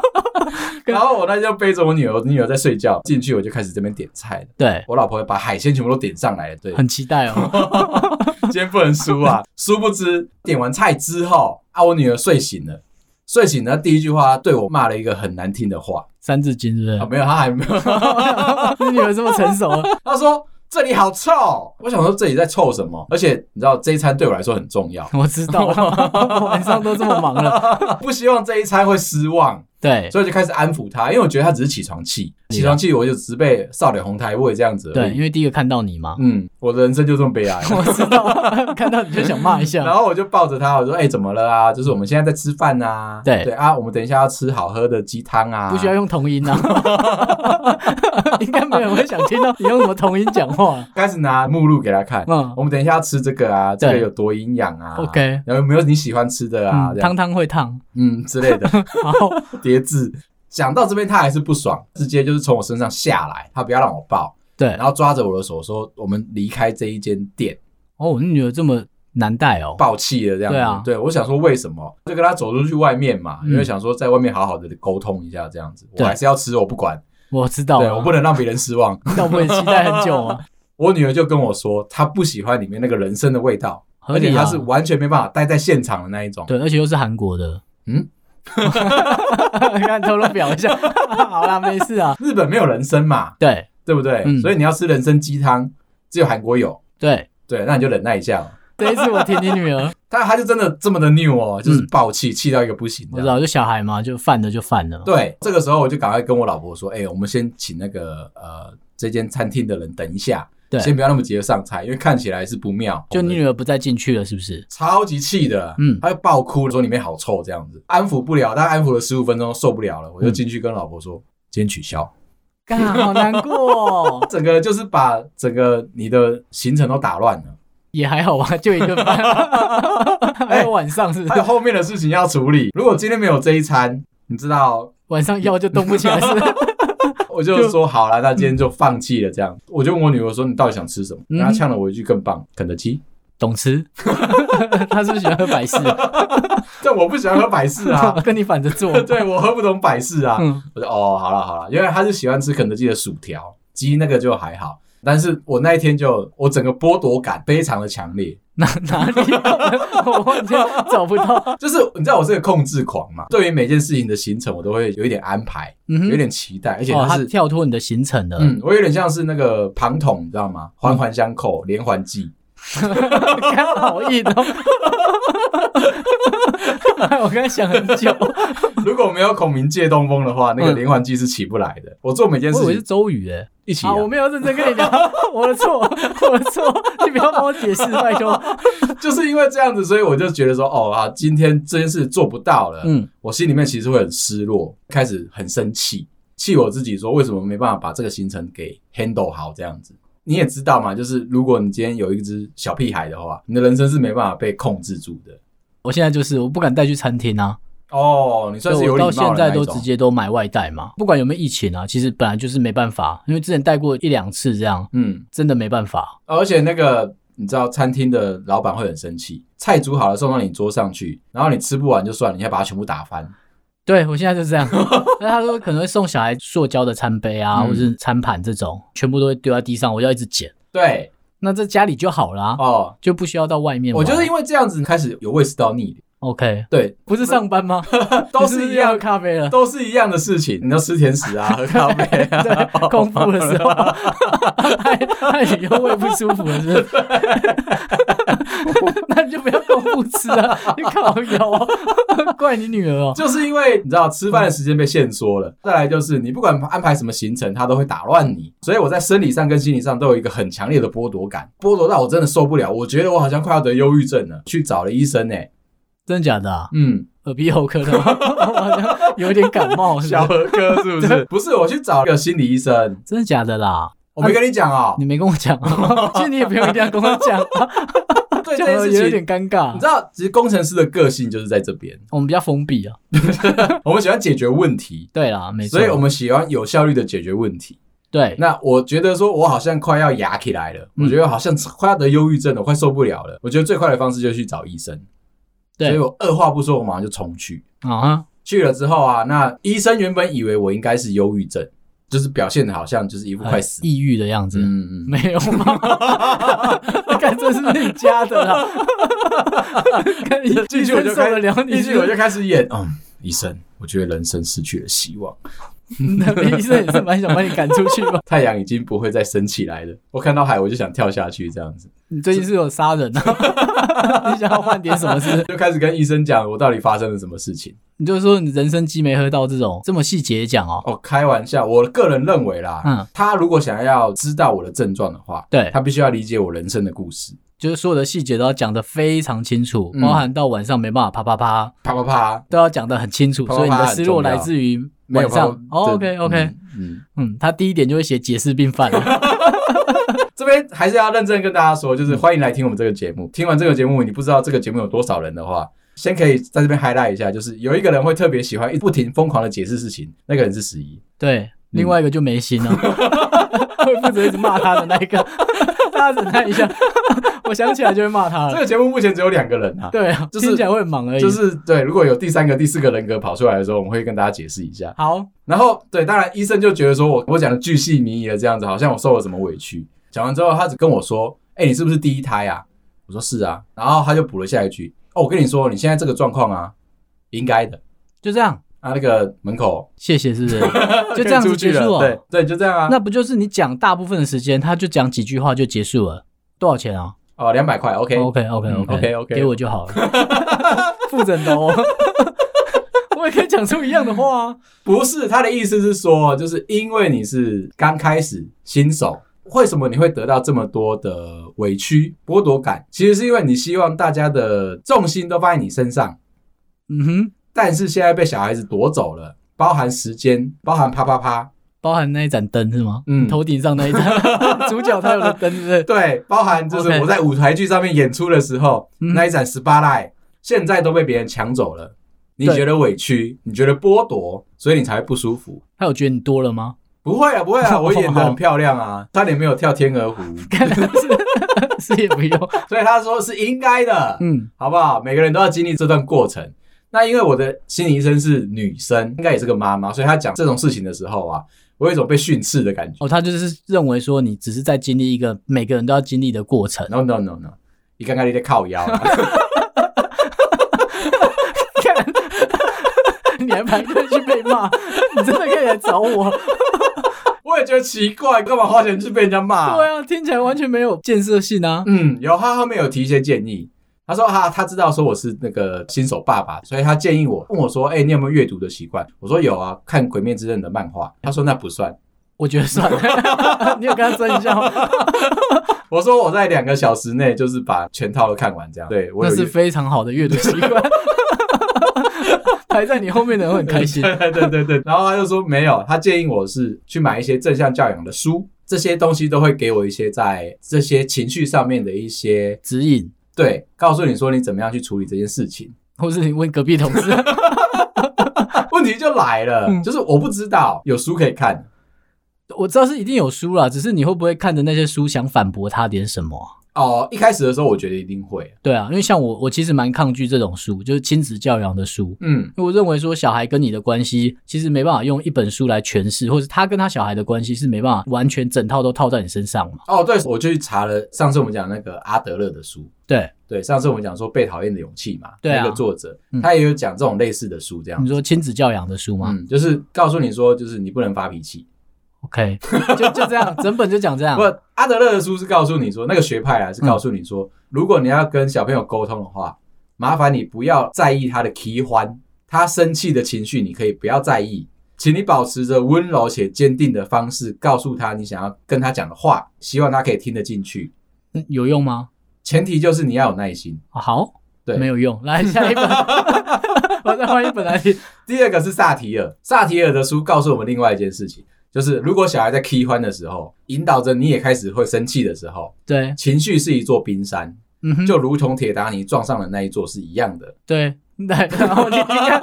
Speaker 1: 然后我那天就背着我女儿，我女儿在睡觉，进去我就开始这边点菜了。
Speaker 2: 对，
Speaker 1: 我老婆把海鲜全部都点上来了，对，
Speaker 2: 很期待哦。
Speaker 1: 今
Speaker 2: *laughs*
Speaker 1: 天不能输啊！殊不知点完菜之后啊，我女儿睡醒了，睡醒了第一句话对我骂了一个很难听的话
Speaker 2: 三字经是不
Speaker 1: 啊，没有，她还没有，
Speaker 2: 是？你女儿这么成熟，啊
Speaker 1: 她说这里好臭，我想说这里在臭什么？而且你知道这一餐对我来说很重要，
Speaker 2: *laughs* 我知道， *laughs* 晚上都这么忙了。
Speaker 1: 不希望这一餐会失望，
Speaker 2: 对，
Speaker 1: 所以我就开始安抚他，因为我觉得他只是起床气，
Speaker 2: 对啊
Speaker 1: 起床气我就只是被少脸红台位这样子而
Speaker 2: 对，
Speaker 1: 已。
Speaker 2: 因为第一个看到你嘛，
Speaker 1: 嗯，我的人生就这么悲哀。
Speaker 2: *laughs* 我知道， *laughs* 看到你就想骂一下
Speaker 1: 然。后我就抱着他，我说：“哎、怎么了啊？就是我们现在在吃饭啊，
Speaker 2: 对
Speaker 1: 对啊，我们等一下要吃好喝的鸡汤啊，
Speaker 2: *laughs* 不需要用同音啊， *laughs* 应该没有人会想听到你用什么同音讲 *laughs* 话。
Speaker 1: 开始拿目录给他看。
Speaker 2: 嗯
Speaker 1: 我们等一下要吃这个啊，这
Speaker 2: 对
Speaker 1: 个有多营养啊
Speaker 2: ，OK，
Speaker 1: 然后有没有你喜欢吃的啊？
Speaker 2: 嗯
Speaker 1: 这样
Speaker 2: 汤汤会烫，
Speaker 1: 嗯之类的 *laughs*
Speaker 2: 好，
Speaker 1: 叠字。讲到这边，他还是不爽，直接就是从我身上下来，他不要让我抱，
Speaker 2: 对
Speaker 1: 然，后抓着我的手说：“我们离开这一间店。”
Speaker 2: 哦，你女儿这么难带哦。
Speaker 1: 爆气了这样子。
Speaker 2: 对啊
Speaker 1: 对我想说为什么？就跟他走出去外面嘛，
Speaker 2: 嗯
Speaker 1: 因为想说在外面好好的沟通一下这样子。我
Speaker 2: 对
Speaker 1: 还是要吃，我不管，
Speaker 2: 我知道啊，
Speaker 1: 对我不能让别人失望。
Speaker 2: *laughs* 那我也期待很久 *laughs* 啊，
Speaker 1: 我女儿就跟我说，她不喜欢里面那个人参的味道，
Speaker 2: 合
Speaker 1: 而且
Speaker 2: 理啊
Speaker 1: 她。是完全没办法待在现场的那一种。
Speaker 2: 对，而且又是韩国的。 *laughs*
Speaker 1: 嗯，
Speaker 2: 看偷了表一下，好啦，没事啊。
Speaker 1: 日本没有人参嘛，
Speaker 2: 对
Speaker 1: 对不对？
Speaker 2: 嗯
Speaker 1: 所以你要吃人参鸡汤，只有韩国有。
Speaker 2: 对，
Speaker 1: 对，那你就忍耐一下嘛。
Speaker 2: 这一次我挺你女儿，
Speaker 1: 但她就真的这么的 new 哦，
Speaker 2: 嗯
Speaker 1: 就是暴气，气到一个不行这
Speaker 2: 我知
Speaker 1: 样。
Speaker 2: 道，就小孩嘛，就犯了就犯了。
Speaker 1: *laughs*
Speaker 2: *laughs*
Speaker 1: 对，这个时候我就赶快跟我老婆说：“哎、我们先请那个呃这间餐厅的人等一下，
Speaker 2: 对
Speaker 1: 先不要那么急着上菜，因为看起来是不妙。”
Speaker 2: 就你女儿不再进去了，是不是？
Speaker 1: 超级气的，
Speaker 2: 嗯
Speaker 1: 她就爆哭说里面好臭这样子，安抚不了，但安抚了十五分钟受不
Speaker 2: 嗯
Speaker 1: 了了，我就进去跟老婆说：“今天取消。”
Speaker 2: 干，好难过、哦，
Speaker 1: 整个就是把整个你的行程都打乱了，
Speaker 2: *laughs* 也还好吧，就一顿
Speaker 1: *laughs*
Speaker 2: 饭，还有晚上是不
Speaker 1: 还有
Speaker 2: 是？
Speaker 1: 后面的事情要处理。如果今天没有这一餐，你知
Speaker 2: *laughs*
Speaker 1: 道
Speaker 2: 晚上腰就动不起来是不是？
Speaker 1: 我就说好了，那今天就放弃了这样。我就问我女儿说：“你到底想吃什么？”
Speaker 2: 嗯
Speaker 1: 然后她呛了我一句更棒：“肯德基。
Speaker 2: 懂吃， *laughs* 他是不是喜欢喝百事？”，
Speaker 1: *laughs* 但我不喜欢喝百事啊
Speaker 2: *laughs*
Speaker 1: *laughs*
Speaker 2: 跟你反着做。
Speaker 1: 对我喝不懂百事啊。
Speaker 2: 嗯，
Speaker 1: 我说：“哦，好了好了，因为她是喜欢吃肯德基的薯条、鸡那个就还好，但是我那一天就我整个剥夺感非常的强烈，
Speaker 2: 哪哪里？我完全找不到。
Speaker 1: 就是你知道我是个控制狂嘛，对于每件事情的行程我都会有一点安排，
Speaker 2: 嗯哼
Speaker 1: 有点期待，而且
Speaker 2: 哦，
Speaker 1: 它
Speaker 2: 他
Speaker 1: 是。
Speaker 2: 跳脱你的行程了。
Speaker 1: 嗯，我有点像是那个庞统，你知道吗？环环相扣，连环计。 *laughs*
Speaker 2: 干好硬 *laughs* 哦！哎我刚才想很 *laughs* 久，
Speaker 1: 如果没有孔明借东风的话，那个
Speaker 2: 嗯
Speaker 1: 连环计是起不来的。我做每件
Speaker 2: 我
Speaker 1: 事
Speaker 2: 以为是
Speaker 1: 情
Speaker 2: 周瑜哎。
Speaker 1: 一起、
Speaker 2: 啊，
Speaker 1: 啊，
Speaker 2: 我没有认真跟你聊， *laughs* 我的错，我的错， *laughs* 你不要帮我解释，拜托。
Speaker 1: 就是因为这样子，所以我就觉得说，哦啊，今天这件事做不到了，
Speaker 2: 嗯，
Speaker 1: 我心里面其实会很失落，开始很生气，气我自己说为什么没办法把这个行程给 handle 好这样子。你也知道嘛，就是如果你今天有一只小屁孩的话，你的人生是没办法被控制住的。
Speaker 2: 我现在就是我不敢带去餐厅啊，
Speaker 1: 哦，你算
Speaker 2: 所
Speaker 1: 是
Speaker 2: 以
Speaker 1: 有
Speaker 2: 我
Speaker 1: 礼貌
Speaker 2: 到
Speaker 1: 的那一
Speaker 2: 现在都
Speaker 1: 种
Speaker 2: 直接都买外带嘛，不管有没有疫情啊，其实本来就是没办法，因为之前带过一两次这样，
Speaker 1: 嗯，
Speaker 2: 真的没办法。
Speaker 1: 而且那个你知道，餐厅的老板会很生气，菜煮好了送到你桌上去，然后你吃不完就算了，你还把它全部打翻。
Speaker 2: 对我现在就是 *laughs* 这样，那他说可能会送小孩塑胶的餐杯啊，
Speaker 1: 嗯
Speaker 2: 或是餐盘这种，全部都会丢在地上，我要一直捡。
Speaker 1: 对，
Speaker 2: 那在家里就好啦，
Speaker 1: 哦，
Speaker 2: 就不需要到外面玩。
Speaker 1: 我觉得因为这样子开始有胃食道逆流，
Speaker 2: OK， *laughs*
Speaker 1: 对，
Speaker 2: 不是上班吗？
Speaker 1: 都
Speaker 2: 你
Speaker 1: 是一
Speaker 2: 不要喝
Speaker 1: 样，
Speaker 2: 咖啡了。
Speaker 1: 都是一样的事情，你要吃甜
Speaker 2: *laughs*
Speaker 1: 食啊，喝咖啡啊，
Speaker 2: 对，空 *laughs* 腹的时候，害害你又胃不舒服了，是不是？ *laughs* 那你就不要空腹吃啊！
Speaker 1: *laughs*
Speaker 2: 你靠腰哦， *laughs* 怪你女儿哦。
Speaker 1: *laughs* 就是因为你知道吃饭的时间被限缩了，再来就是你不管安排什么行程，它都会打乱你，所以我在生理上跟心理上都有一个很强烈的剥夺感，剥夺到我真的受不了，我觉得我好像快要得忧郁症了，去找了医生呢、
Speaker 2: 真的假的啊？ *laughs*
Speaker 1: 嗯，
Speaker 2: 耳鼻喉科的吗， *laughs* 我好像有点感冒，是
Speaker 1: 小
Speaker 2: 不是？
Speaker 1: 儿科是不是？ *laughs* 不是，我去找一个心理医生，
Speaker 2: 真的假的啦？
Speaker 1: 我没跟你讲哦、
Speaker 2: 你没跟我讲
Speaker 1: *laughs*
Speaker 2: 啊，其实你也不用一定要跟我讲啊，
Speaker 1: 对 *laughs* 这
Speaker 2: 讲
Speaker 1: 件
Speaker 2: 了
Speaker 1: 事
Speaker 2: 也有
Speaker 1: 情
Speaker 2: 点。尴
Speaker 1: 你
Speaker 2: 尬啊
Speaker 1: 知。道，其实工程师的个性就是在这边，
Speaker 2: 我们比较封闭啊。
Speaker 1: 我们喜欢解决问题，
Speaker 2: 对啦，没错。
Speaker 1: 所以我们喜欢有效率的解决问题。
Speaker 2: 对
Speaker 1: 那我觉得说，我好像快要哑起来了，
Speaker 2: 嗯
Speaker 1: 我觉得好像快要得忧郁症了，我快受不了了。我觉得最快的方式就是去找医生，所以
Speaker 2: 对
Speaker 1: 我二话不说，我马上就冲去。
Speaker 2: 啊，
Speaker 1: 去了之后啊，那医生原本以为我应该是忧郁症，就是表现的好像就是一副快死。
Speaker 2: 哎抑郁的样子。
Speaker 1: 嗯嗯，
Speaker 2: 没有吗？ *laughs* 看这是不是你加的啦？ *laughs* 看你
Speaker 1: 进去我就
Speaker 2: 受
Speaker 1: 开
Speaker 2: 得了你，
Speaker 1: 一句我就开始演，嗯，医生，我觉得人生失去了希望，
Speaker 2: 医生也是蛮想把你赶出去
Speaker 1: *laughs*
Speaker 2: 吧？
Speaker 1: 太阳已经不会再升起来了。我看到海，我就想跳下去，这样子
Speaker 2: 你最近是有杀人啊？ *laughs* 你想要换点什么事？
Speaker 1: 就开始跟医生讲我到底发生了什么事情。
Speaker 2: 你就说你人生鸡没喝到这种这么细节讲哦。
Speaker 1: 哦，开玩笑，我个人认为啦，
Speaker 2: 嗯
Speaker 1: 他如果想要知道我的症状的话，
Speaker 2: 对，
Speaker 1: 他必须要理解我人生的故事。
Speaker 2: 就是所有的细节都要讲得非常清楚，
Speaker 1: 嗯
Speaker 2: 包含到晚上没办法啪啪啪
Speaker 1: 啪啪啪，
Speaker 2: 都要讲得很清楚，
Speaker 1: 啪啪
Speaker 2: 所以你
Speaker 1: 啪
Speaker 2: 的
Speaker 1: 很
Speaker 2: 失落
Speaker 1: 重要
Speaker 2: 来自于
Speaker 1: 没有
Speaker 2: 晚上
Speaker 1: 啪。啪
Speaker 2: 哦
Speaker 1: 这
Speaker 2: ，OK OK，
Speaker 1: 嗯嗯
Speaker 2: 嗯，他第一点就会写解释并犯了。
Speaker 1: 这边还是要认真跟大家说，
Speaker 2: 嗯
Speaker 1: 就是欢迎来听我们这个节目。听完这个节目，你不知道这个节目有多少人的话，先可以在这边 highlight 一下，就是有一个人会特别喜欢一不停疯狂的解释事情，那个人是十一，
Speaker 2: 对，另外一个
Speaker 1: *laughs* *laughs*
Speaker 2: 就没心了，会负责一直骂他的那一个，大家忍耐一下，我想起来就会骂他
Speaker 1: 这
Speaker 2: 了。
Speaker 1: 个节目目前只有两个人啊，
Speaker 2: 对啊，
Speaker 1: 就是
Speaker 2: 听起来会很忙而已。
Speaker 1: 就是对，如果有第三个、第四个人格跑出来的时候，我们会跟大家解释一下。
Speaker 2: 好，
Speaker 1: 然后对，当然医生就觉得说我我讲的巨细靡遗的这样子，好像我受了什么委屈。讲完之后，他只跟我说：“哎、你是不是第一胎啊？”我说：“是啊。”然后他就补了下一句：“哦，我跟你说，你现在这个状况啊，应该的。
Speaker 2: 就这样，
Speaker 1: 啊，那个门口
Speaker 2: 谢
Speaker 1: *laughs*
Speaker 2: 谢，是不是？就这样子
Speaker 1: 可以出去
Speaker 2: 结
Speaker 1: 了
Speaker 2: 束
Speaker 1: 对
Speaker 2: 哦。
Speaker 1: 对，就这样啊。
Speaker 2: 那不就是你讲大部分的时间，他就讲几句话就结束了？多少钱啊
Speaker 1: 哦，两百块，OK。
Speaker 2: ？OK OK
Speaker 1: 嗯
Speaker 2: OK
Speaker 1: OK，OK
Speaker 2: *laughs* 给我
Speaker 1: *laughs*
Speaker 2: 就好了。付枕头，哦我也可以讲出一样的话啊。
Speaker 1: 不是他的意思是说，就是因为你是刚开始新手，为什么你会得到这么多的委屈、剥夺感？其实是因为你希望大家的重心都放在你身上，
Speaker 2: 嗯哼，
Speaker 1: 但是现在被小孩子夺走了，包含时间，包含啪啪啪，
Speaker 2: 包含那一盏灯是吗？
Speaker 1: 嗯
Speaker 2: 头顶上那
Speaker 1: *laughs*
Speaker 2: 一盏，主角他有的灯是不是？
Speaker 1: 对，包含就是
Speaker 2: OK
Speaker 1: 我在舞台剧上面演出的时候
Speaker 2: 嗯
Speaker 1: 那一盏 spotlight，现在都被别人抢走了，你
Speaker 2: 对
Speaker 1: 觉得委屈，你觉得剥夺，所以你才会不舒服。
Speaker 2: 他有觉得你多了 *laughs* 吗？
Speaker 1: 不会啊，不会
Speaker 2: *laughs*
Speaker 1: 啊，我演的很漂亮啊，差点没有跳天鹅湖，
Speaker 2: 看来是是也不用。
Speaker 1: 所以他说是应该的，
Speaker 2: 嗯，
Speaker 1: 好不好？每个人都要经历这段过程。那因为我的心理医生是女生，应该也是个妈妈，所以她讲这种事情的时候啊，我有一种被训斥的感觉。
Speaker 2: 哦，他就是认为说你只是在经历一个每个人都要经历的过程。
Speaker 1: No no no no，你刚刚你在靠腰、啊，
Speaker 2: *laughs*
Speaker 1: *laughs*
Speaker 2: 你还排队去被骂， *laughs* 你真的可以来找我？
Speaker 1: 我也觉得奇怪，干嘛花钱去被人家骂？
Speaker 2: *laughs* 对啊，听起来完全没有建设性啊。
Speaker 1: 嗯，有他后面有提一些建议。他说啊他他知道说我是那个新手爸爸，所以他建议我问我说：“哎、你有没有阅读的习惯？”我说有啊，看《鬼灭之刃》的漫画。他说那不算。
Speaker 2: 我觉得算 *laughs* 了，你有跟他争一下吗？
Speaker 1: 我说我在两个小时内就是把全套都看完，这样。对我
Speaker 2: 那
Speaker 1: 有
Speaker 2: 是非常好的阅读习惯。 *laughs* 排在你后面的人会很开
Speaker 1: *laughs*
Speaker 2: 心。
Speaker 1: 对对对对。然后他就说没有，他建议我是去买一些正向教养的书，这些东西都会给我一些在这些情绪上面的一些
Speaker 2: 指引，
Speaker 1: 对，告诉你说你怎么样去处理这件事情。 *laughs*
Speaker 2: 或是你问隔壁同 *laughs* 事，
Speaker 1: 问题就来了，
Speaker 2: 嗯
Speaker 1: 就是我不知道有书可以看。
Speaker 2: 我知道是一定有书啦，只是你会不会看着那些书想反驳他点什么啊、
Speaker 1: 哦，一开始的时候我觉得一定会，
Speaker 2: 对啊，因为像我，我其实蛮抗拒这种书，就是亲子教养的书。
Speaker 1: 嗯，
Speaker 2: 因为我认为说，小孩跟你的关系其实没办法用一本书来诠释，或是他跟他小孩的关系是没办法完全整套都套在你身上嘛。
Speaker 1: 哦，对，我就去查了上次我们讲那个阿德勒的书，
Speaker 2: 对，
Speaker 1: 对，上次我们讲说被讨厌的勇气嘛，
Speaker 2: 对啊
Speaker 1: 那个作者、
Speaker 2: 嗯
Speaker 1: 他也有讲这种类似的书，这样
Speaker 2: 你，说啊亲子教养的书吗、
Speaker 1: 嗯，就是告诉你说，就是你不能发脾气。
Speaker 2: o k 就就
Speaker 1: *laughs*
Speaker 2: 这样，整本就讲这样
Speaker 1: 不。，阿德勒的书是告诉你说，那个学派啊是告诉你说，如果你要跟小朋友沟通的话，麻烦你不要在意他的喜欢，他生气的情绪你可以不要在意，请你保持着温柔且坚定的方式，告诉他你想要跟他讲的话，希望他可以听得进去。
Speaker 2: 嗯有用吗？
Speaker 1: 前提就是你要有耐心。
Speaker 2: 啊好，
Speaker 1: 对
Speaker 2: 没有用。来下
Speaker 1: *laughs*
Speaker 2: 一本，我再换一本来听。
Speaker 1: 第二个是萨提尔，萨提尔的书告诉我们另外一件事情，就是如果小孩在 k 欢的时候，引导着你也开始会生气的时候，
Speaker 2: 对，
Speaker 1: 情绪是一座冰山，
Speaker 2: 嗯哼，
Speaker 1: 就如同铁达尼撞上了那一座是一样的。 *laughs*
Speaker 2: 对对，然后你你看，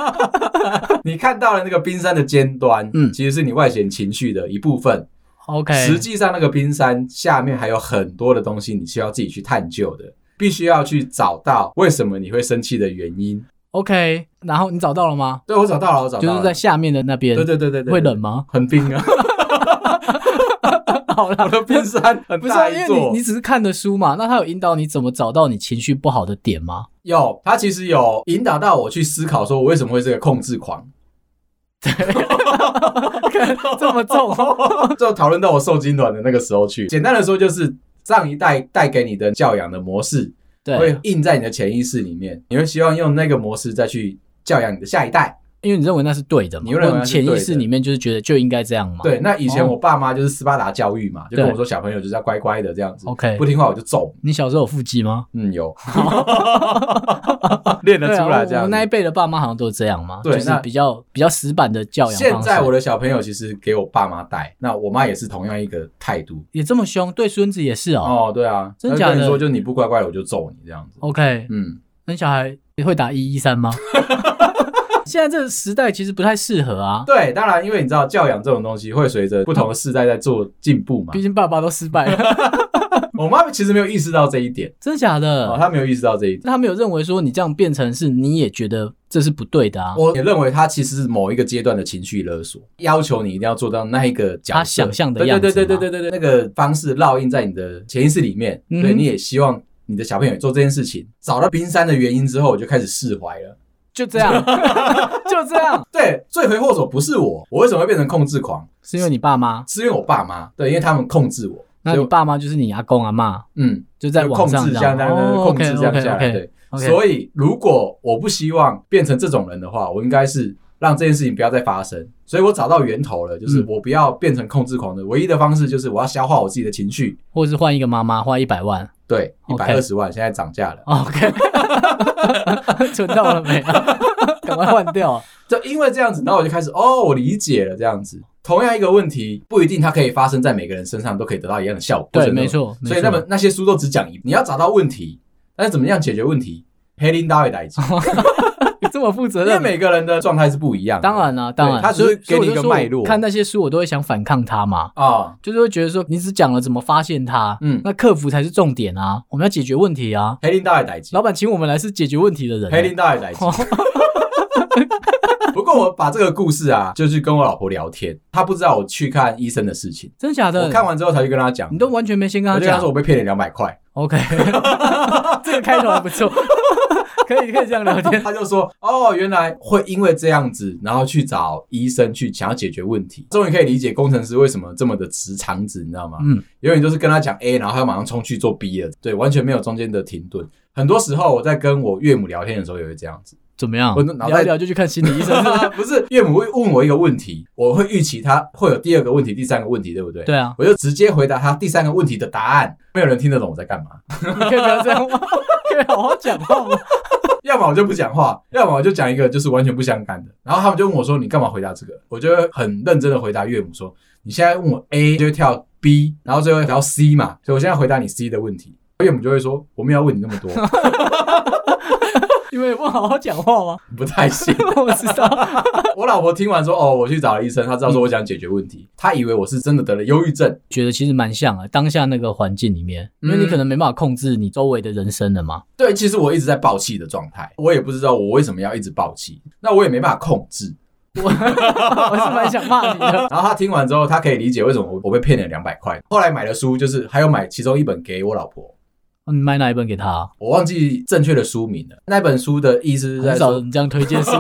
Speaker 1: 你看到了那个冰山的尖端，嗯，
Speaker 2: 嗯哎
Speaker 1: 其实是你外显情绪的一部分。
Speaker 2: OK，
Speaker 1: 实际上，那个冰山下面还有很多的东西，你需要自己去探究的，必须要去找到为什么你会生气的原因。
Speaker 2: OK，然后你找到了吗？
Speaker 1: 对我找到了，我找
Speaker 2: 就
Speaker 1: 到了，
Speaker 2: 是在下面的那边，
Speaker 1: 对对对对对，
Speaker 2: 会冷吗？
Speaker 1: 很冰啊， *laughs*
Speaker 2: 好
Speaker 1: 我
Speaker 2: *laughs* 啦，
Speaker 1: 的冰山很
Speaker 2: 不是、
Speaker 1: 大
Speaker 2: 啊、因
Speaker 1: 一
Speaker 2: 为
Speaker 1: 座
Speaker 2: 你你。只是看的书嘛，那他有引导你怎么找到你情绪不好的点吗？ *laughs*
Speaker 1: 有，他其实有引导到我去思考，说我为什么会是个控制狂。
Speaker 2: 这
Speaker 1: *laughs*
Speaker 2: 么重、
Speaker 1: 就讨论到我受精卵的那个时候去。简单的说，就是上一代带给你的教养的模式，会
Speaker 2: 对，
Speaker 1: 印在你的潜意识里面，你会希望用那个模式再去教养你的下一代。
Speaker 2: 因为你认为那是对的嘛，
Speaker 1: 你认为
Speaker 2: 或者
Speaker 1: 那是对
Speaker 2: 潜
Speaker 1: 的
Speaker 2: 意识里面就是觉得就应该这样嘛。
Speaker 1: 对，那以前
Speaker 2: 哦
Speaker 1: 我爸妈就是斯巴达教育嘛，就跟
Speaker 2: 对
Speaker 1: 我说小朋友就是要乖乖的这样子
Speaker 2: ，OK，
Speaker 1: 不听话我就揍。
Speaker 2: 你小时候有腹肌吗？
Speaker 1: 嗯，有 *laughs* 练得
Speaker 2: 对啊，
Speaker 1: 出来这
Speaker 2: 我
Speaker 1: 样
Speaker 2: 我们
Speaker 1: 子
Speaker 2: 那一辈的爸妈好像都是这样嘛，
Speaker 1: 对
Speaker 2: 就是
Speaker 1: 那
Speaker 2: 比较比较死板的教养方式。
Speaker 1: 现在我的小朋友其实给我爸妈带，那我妈也是同样一个态度。
Speaker 2: 也这么凶，对孙子也是哦。
Speaker 1: 哦，对啊，
Speaker 2: 真
Speaker 1: 她就
Speaker 2: 假
Speaker 1: 跟你
Speaker 2: 的哦
Speaker 1: 说就是你不乖乖我就揍你这样子。
Speaker 2: OK，
Speaker 1: 嗯， *laughs*
Speaker 2: 那小孩会打一一三吗？现在这个时代其实不太适合啊，
Speaker 1: 对，当然，因为你知道教养这种东西会随着不同的世代在做进步嘛
Speaker 2: 毕。竟爸爸都失败了，
Speaker 1: 我妈其实没有意识到这一点，
Speaker 2: 真的假的？
Speaker 1: 哦，她没有意识到这一点。
Speaker 2: 那他没有认为说你这样变成是你也觉得这是不对的啊？
Speaker 1: 我也认为她其实是某一个阶段的情绪勒索，要求你一定要做到那一个角色
Speaker 2: 她想象的样子
Speaker 1: 对对对
Speaker 2: 吗
Speaker 1: 对对对对，那个方式烙印在你的潜意识里面，
Speaker 2: 嗯
Speaker 1: 所以你也希望你的小朋友也做这件事情。找到冰山的原因之后，我就开始释怀了。
Speaker 2: 就这样， *laughs* 就这样，
Speaker 1: 对，罪魁祸首不是我，我为什么会变成控制狂？
Speaker 2: 是因为你爸妈，
Speaker 1: 是因为我爸妈，对，因为他们控制我。
Speaker 2: 那
Speaker 1: 所
Speaker 2: 你
Speaker 1: 以我
Speaker 2: 爸妈就是你阿公阿妈，
Speaker 1: 嗯，
Speaker 2: 就在
Speaker 1: 就
Speaker 2: 网
Speaker 1: 控
Speaker 2: 上哦
Speaker 1: 制这样，这样控制这样下来，对。
Speaker 2: 以
Speaker 1: 所以，如果我不希望变成这种人的话，我应该是让这件事情不要再发生。所以我找到源头了，就是
Speaker 2: 嗯
Speaker 1: 我不要变成控制狂的唯一的方式，就是我要消化我自己的情绪。
Speaker 2: 或是换一个妈妈，花一百万
Speaker 1: 对，一
Speaker 2: OK
Speaker 1: 百二十万现在涨价了，
Speaker 2: ，OK，存到
Speaker 1: *laughs*
Speaker 2: 了没啊？赶快换掉啊，
Speaker 1: 就因为这样子，然后我就开始哦，我理解了这样子。同样一个问题，不一定它可以发生在每个人身上都可以得到一样的效果。
Speaker 2: 对，
Speaker 1: 真的
Speaker 2: 没。错，
Speaker 1: 所以那本那些书都只讲一，你要找到问题，但是怎么样解决问题，黑铃刀也来一
Speaker 2: *laughs*
Speaker 1: 起，
Speaker 2: 没错这么负责
Speaker 1: 因为
Speaker 2: 任。
Speaker 1: 每个人的状态是不一样的。
Speaker 2: 当然啦、当然，
Speaker 1: 他只是
Speaker 2: 所
Speaker 1: 给
Speaker 2: 以
Speaker 1: 你一个
Speaker 2: 所以我就说我
Speaker 1: 脉络
Speaker 2: 看那些书，我都会想反抗他嘛，
Speaker 1: 啊、
Speaker 2: 就是会觉得说，你只讲了怎么发现它，
Speaker 1: 嗯
Speaker 2: 那克服才是重点啊，我们要解决问题啊。
Speaker 1: 黑铃刀也来一起。
Speaker 2: 老板请我们来是解决问题的人、
Speaker 1: 黑领导也
Speaker 2: *laughs*
Speaker 1: 来
Speaker 2: 哦
Speaker 1: 不过我把这个故事啊，就去跟我老婆聊天，她不知道我去看医生的事情。
Speaker 2: 真假的？
Speaker 1: 我看完之后才去跟她讲，
Speaker 2: 你都完全没先跟
Speaker 1: 我
Speaker 2: 他
Speaker 1: 就跟她
Speaker 2: 讲
Speaker 1: 说我被骗了两百块，
Speaker 2: ，OK，这 *laughs* 个开头还不错，可以可以这样聊天。
Speaker 1: 她就说哦，原来会因为这样子，然后去找医生去想要解决问题。终于可以理解工程师为什么这么的直肠子，你知道吗？
Speaker 2: 嗯，
Speaker 1: 永远就是跟他讲 A，然后他马上冲去做 B 了，对，完全没有中间的停顿。很多时候我在跟我岳母聊天的时候也会这样子，
Speaker 2: 怎么样？
Speaker 1: 我脑袋
Speaker 2: 聊一聊就去看心理医生。
Speaker 1: *laughs* 不是岳母会问我一个问题，我会预期她会有第二个问题、第三个问题，对不对？
Speaker 2: 对啊，
Speaker 1: 我就直接回答他第三个问题的答案，没有人听得懂我在干嘛。
Speaker 2: 你可以不要这样吗？ *laughs* 可以好好讲话吗？
Speaker 1: 要么我就不讲话，要么我就讲一个就是完全不相干的。然后他们就问我说：“你干嘛回答这个？”我就会很认真的回答岳母说：“你现在问我 A 就会跳 B，然后最后聊 C 嘛，所以我现在回答你 C 的问题。”岳母就会说：“我没有要问你那么多，
Speaker 2: 你们也不好好讲话吗？ *laughs*
Speaker 1: 不太行。
Speaker 2: 我知道，”
Speaker 1: 我老婆听完说：“哦，我去找了医生，她知道说我想解决问题，她以为我是真的得了忧郁症。
Speaker 2: 觉得其实蛮像啊，当下那个环境里面，
Speaker 1: 嗯
Speaker 2: 因为你可能没办法控制你周围的人生了嘛。 *laughs*
Speaker 1: 对，其实我一直在爆气的状态，我也不知道我为什么要一直爆气，那我也没办法控制。”
Speaker 2: 我是蛮想骂
Speaker 1: *laughs*
Speaker 2: 你的。
Speaker 1: 然后他听完之后，他可以理解为什么我我被骗了两百块。后来买的书就是还有买其中一本给我老婆，
Speaker 2: 哦你买哪一本给他啊？
Speaker 1: 我忘记正确的书名了。那本书的意思是在
Speaker 2: 很少
Speaker 1: 说，
Speaker 2: 人这样推荐
Speaker 1: *laughs*
Speaker 2: 书，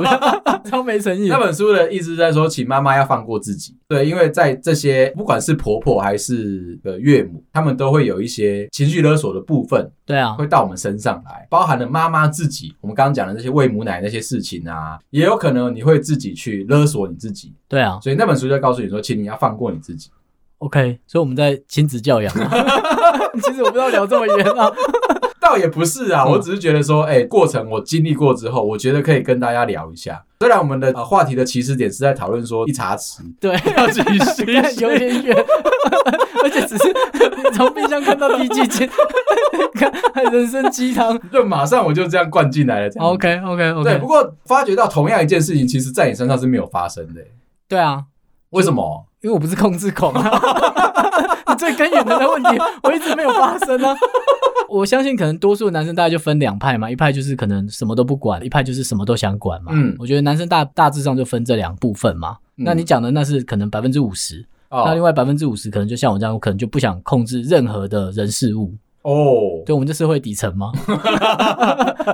Speaker 2: 超没诚意
Speaker 1: 那。本书的意思是在说，请妈妈要放过自己。对，因为在这些不管是婆婆还是呃岳母，他们都会有一些情绪勒索的部分
Speaker 2: 对啊，
Speaker 1: 会到我们身上来，包含了妈妈自己。我们刚刚讲的那些喂母奶那些事情啊，也有可能你会自己去勒索你自己。
Speaker 2: 对啊
Speaker 1: 所以那本书就告诉你说，请你要放过你自己。
Speaker 2: ，OK。所以我们在亲子教养啊。 *laughs* 其实我不知道聊这么远啊。
Speaker 1: 倒也不是啊，
Speaker 2: 嗯
Speaker 1: 我只是觉得说，哎、过程我经历过之后，我觉得可以跟大家聊一下。虽然我们的、呃、话题的起始点是在讨论说一茶匙，
Speaker 2: 对，啊
Speaker 1: 要继续
Speaker 2: 有点远， *laughs* 而且只是你从冰箱看到低季节， *laughs* 看还人生鸡汤。
Speaker 1: *laughs* 就马上我就这样灌进来了。这样
Speaker 2: OK OK
Speaker 1: 对。
Speaker 2: OK，
Speaker 1: 不过发觉到同样一件事情，其实在你身上是没有发生的、
Speaker 2: 对啊，
Speaker 1: 为什么？
Speaker 2: 因为我不是控制狂啊， *laughs* 你最根源的那问题我一直没有发生啊。我相信可能多数的男生大概就分两派嘛，一派就是可能什么都不管，一派就是什么都想管嘛。
Speaker 1: 嗯
Speaker 2: 我觉得男生大大致上就分这两部分嘛。
Speaker 1: 嗯
Speaker 2: 那你讲的那是可能百分之五十，那另
Speaker 1: 哦，
Speaker 2: 外百分之五十可能就像我这样，我可能就不想控制任何的人事物。
Speaker 1: 哦，
Speaker 2: 对，我们这社会底层
Speaker 1: *laughs*
Speaker 2: 吗？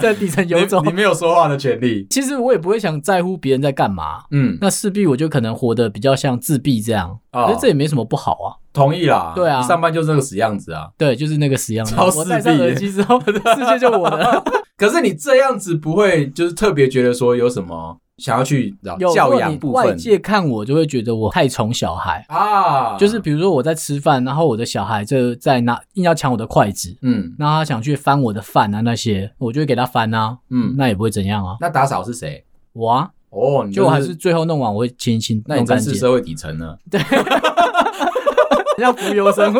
Speaker 2: 在底层游走
Speaker 1: 你，你。没有说话的权利。
Speaker 2: 其实我也不会想在乎别人在干嘛，
Speaker 1: 嗯，
Speaker 2: 那势必我就可能活得比较像自闭这样。
Speaker 1: 哦
Speaker 2: 可是这也没什么不好啊。
Speaker 1: 同意啦。
Speaker 2: 对啊
Speaker 1: 你上班就这个死样子啊。
Speaker 2: 对，就是那个死样子。
Speaker 1: 超势
Speaker 2: 我戴上
Speaker 1: 利耶
Speaker 2: 耳机之后， *laughs* 世界就我
Speaker 1: *laughs*
Speaker 2: 的了。
Speaker 1: 可是你这样子不会，就是特别觉得说有什么想要去你知道
Speaker 2: 有
Speaker 1: 教
Speaker 2: 如果
Speaker 1: 养
Speaker 2: 你
Speaker 1: 部
Speaker 2: 外
Speaker 1: 分
Speaker 2: 界看我，就会觉得我太宠小孩。
Speaker 1: 啊，
Speaker 2: 就是比如说我在吃饭，然后我的小孩就在拿硬要抢我的筷子，
Speaker 1: 嗯
Speaker 2: 那他想去翻我的饭啊那些，我就会给他翻啊，
Speaker 1: 嗯，
Speaker 2: 那也不会怎样啊。
Speaker 1: 那打扫是谁？
Speaker 2: 我啊，
Speaker 1: 哦，你
Speaker 2: 就我还是
Speaker 1: 是，
Speaker 2: 最后弄完我会清一清
Speaker 1: 那你
Speaker 2: 弄
Speaker 1: 真
Speaker 2: 干 *laughs*
Speaker 1: 是
Speaker 2: 净，
Speaker 1: 社会底层呢。 *laughs*
Speaker 2: 像浮游生物。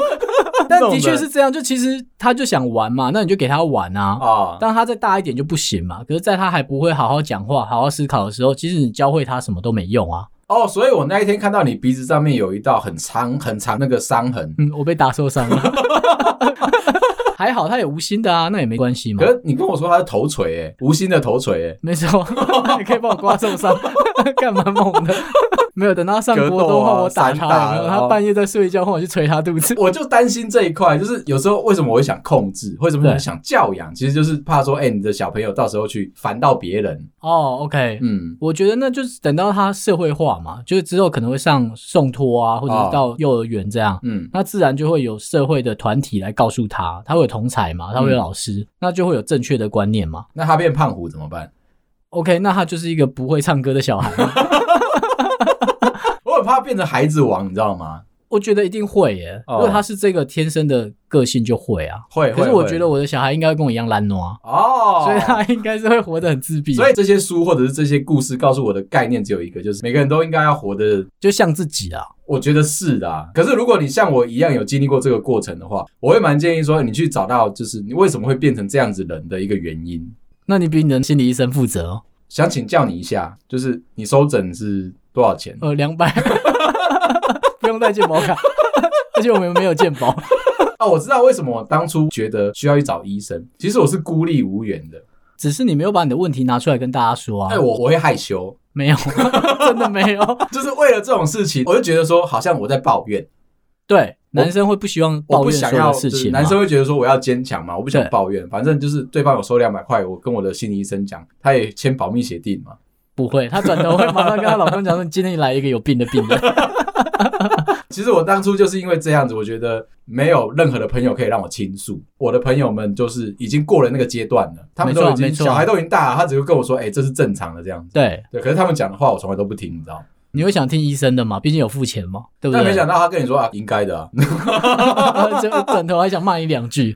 Speaker 2: 但的确是这样，就其实他就想玩嘛，那你就给他玩啊。
Speaker 1: 哦，
Speaker 2: 当他再大一点就不行嘛，可是，在他还不会好好讲话、好好思考的时候，其实你教会他什么都没用啊。
Speaker 1: 哦，所以我那一天看到你鼻子上面有一道很长很长那个伤痕，
Speaker 2: 嗯，我被打受伤了， *laughs* 还好他也无心的啊，那也没关系嘛
Speaker 1: 可。是你跟我说他是头锤，哎，无心的头锤，哎，
Speaker 2: 没错， *laughs* 你可以帮我刮受伤， *laughs* 干嘛猛的？没有，等到上
Speaker 1: 格
Speaker 2: 锅
Speaker 1: 斗
Speaker 2: 都
Speaker 1: 啊
Speaker 2: 换我打
Speaker 1: 散
Speaker 2: 他
Speaker 1: 打
Speaker 2: 了，
Speaker 1: 了
Speaker 2: 然后他半夜在睡觉，换我去捶他肚子。
Speaker 1: *laughs* 我就担心这一块，就是有时候为什么我会想控制，为什么
Speaker 2: 对
Speaker 1: 想教养，其实就是怕说，哎、你的小朋友到时候去烦到别人，
Speaker 2: 哦，OK，
Speaker 1: 嗯，
Speaker 2: 我觉得那就是等到他社会化嘛，就是之后可能会上送托啊，或者
Speaker 1: 哦
Speaker 2: 是到幼儿园这样，
Speaker 1: 嗯，
Speaker 2: 那自然就会有社会的团体来告诉他，他会有同才嘛，他
Speaker 1: 嗯
Speaker 2: 会有老师，那就会有正确的观念嘛。
Speaker 1: 那他变胖虎怎么办？
Speaker 2: OK，那他就是一个不会唱歌的小孩嘛，
Speaker 1: 我很怕变成孩子王，你知道吗？
Speaker 2: *laughs*
Speaker 1: *laughs*
Speaker 2: 我觉得一定会耶。
Speaker 1: 哦
Speaker 2: 如果他是这个天生的个性，就会啊。
Speaker 1: 会，
Speaker 2: 可是
Speaker 1: 会
Speaker 2: 我
Speaker 1: 会
Speaker 2: 觉得我的小孩应该会跟我一样懒惰啊，
Speaker 1: 哦，
Speaker 2: 所以他应该是会活得很自闭，
Speaker 1: 所以这些书或者是这些故事告诉我的概念只有一个，就是每个人都应该要活得
Speaker 2: 就像自己啊。
Speaker 1: 我觉得是的、啊，可是如果你像我一样有经历过这个过程的话，我会蛮建议说你去找到就是你为什么会变成这样子人的一个原因。
Speaker 2: 那你比你的心理医生负责哦。
Speaker 1: 想请教你一下，就是你收诊是多少钱？
Speaker 2: 呃，两百， *laughs* 不用带健保卡，而且我们没有健保。
Speaker 1: 哦，我知道为什么我当初觉得需要去找医生，其实我是孤立无援的。
Speaker 2: 只是你没有把你的问题拿出来跟大家说啊
Speaker 1: 哎，，我我会害羞， *laughs*
Speaker 2: 没有， *laughs* 真的没有。
Speaker 1: 就是为了这种事情，我就觉得说好像我在抱怨，
Speaker 2: 对，男生会不希望
Speaker 1: 我
Speaker 2: 抱
Speaker 1: 不
Speaker 2: 怨
Speaker 1: 想
Speaker 2: 所
Speaker 1: 要
Speaker 2: 有事
Speaker 1: 就是
Speaker 2: 情啊嘛，
Speaker 1: 男生会觉得说我要坚强嘛，我不想
Speaker 2: 对
Speaker 1: 抱怨，反正就是对方有收两百块，我跟我的心理医生讲，他也签保密协定嘛。
Speaker 2: 不会，她转头会马上跟她老公讲说：“今天来一个有病的病人。
Speaker 1: 其实我当初就是因为这样子，我觉得没有任何的朋友可以让我倾诉。我的朋友们就是已经过了那个阶段了，他们都已经
Speaker 2: 没错
Speaker 1: 小孩都已经大了，他只会跟我说：“哎、这是正常的这样”子。
Speaker 2: 对，”
Speaker 1: 对，可是他们讲的话我从来都不听，你知道吗？
Speaker 2: 你会想听医生的嘛？毕竟有付钱嘛，对不
Speaker 1: 但
Speaker 2: 对？
Speaker 1: 没想到他跟你说啊，应该的啊。
Speaker 2: *laughs* 就转头还想骂你两句。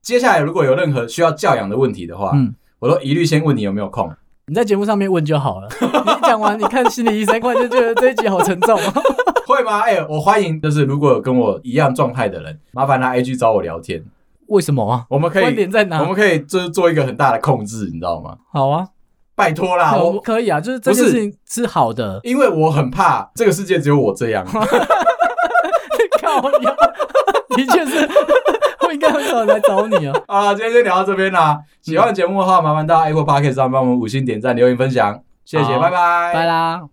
Speaker 1: 接下来如果有任何需要教养的问题的话，
Speaker 2: 嗯
Speaker 1: 我都一律先问你有没有空。 *laughs*
Speaker 2: 你在节目上面问就好了。你讲完，你看心理医生，忽然就觉得这一集好沉重。啊
Speaker 1: *laughs* 会吗？哎、我欢迎，就是如果有跟我一样状态的人，麻烦来 IG 找我聊天，
Speaker 2: 为什么啊？
Speaker 1: 我们可
Speaker 2: *laughs* 观
Speaker 1: 以，
Speaker 2: 点在
Speaker 1: 我
Speaker 2: 哪
Speaker 1: 们？可以就是做一个很大的控制，你知道吗？
Speaker 2: 好啊，
Speaker 1: 拜托
Speaker 2: *laughs*
Speaker 1: 啦，
Speaker 2: 我
Speaker 1: 我
Speaker 2: 可以啊，就是这件
Speaker 1: 不是。
Speaker 2: 事情是好的
Speaker 1: 因为我很怕这个世界只有我这样，
Speaker 2: *laughs* 靠啊腰， *laughs* 的确是， *laughs* 我应该很少人来找你啊。
Speaker 1: 好了，今天就聊到这边啦。喜欢节目的话，麻烦到 Apple Podcast 上帮我们五星点赞、留言、分享，谢谢，
Speaker 2: 好
Speaker 1: 拜拜，
Speaker 2: 拜啦。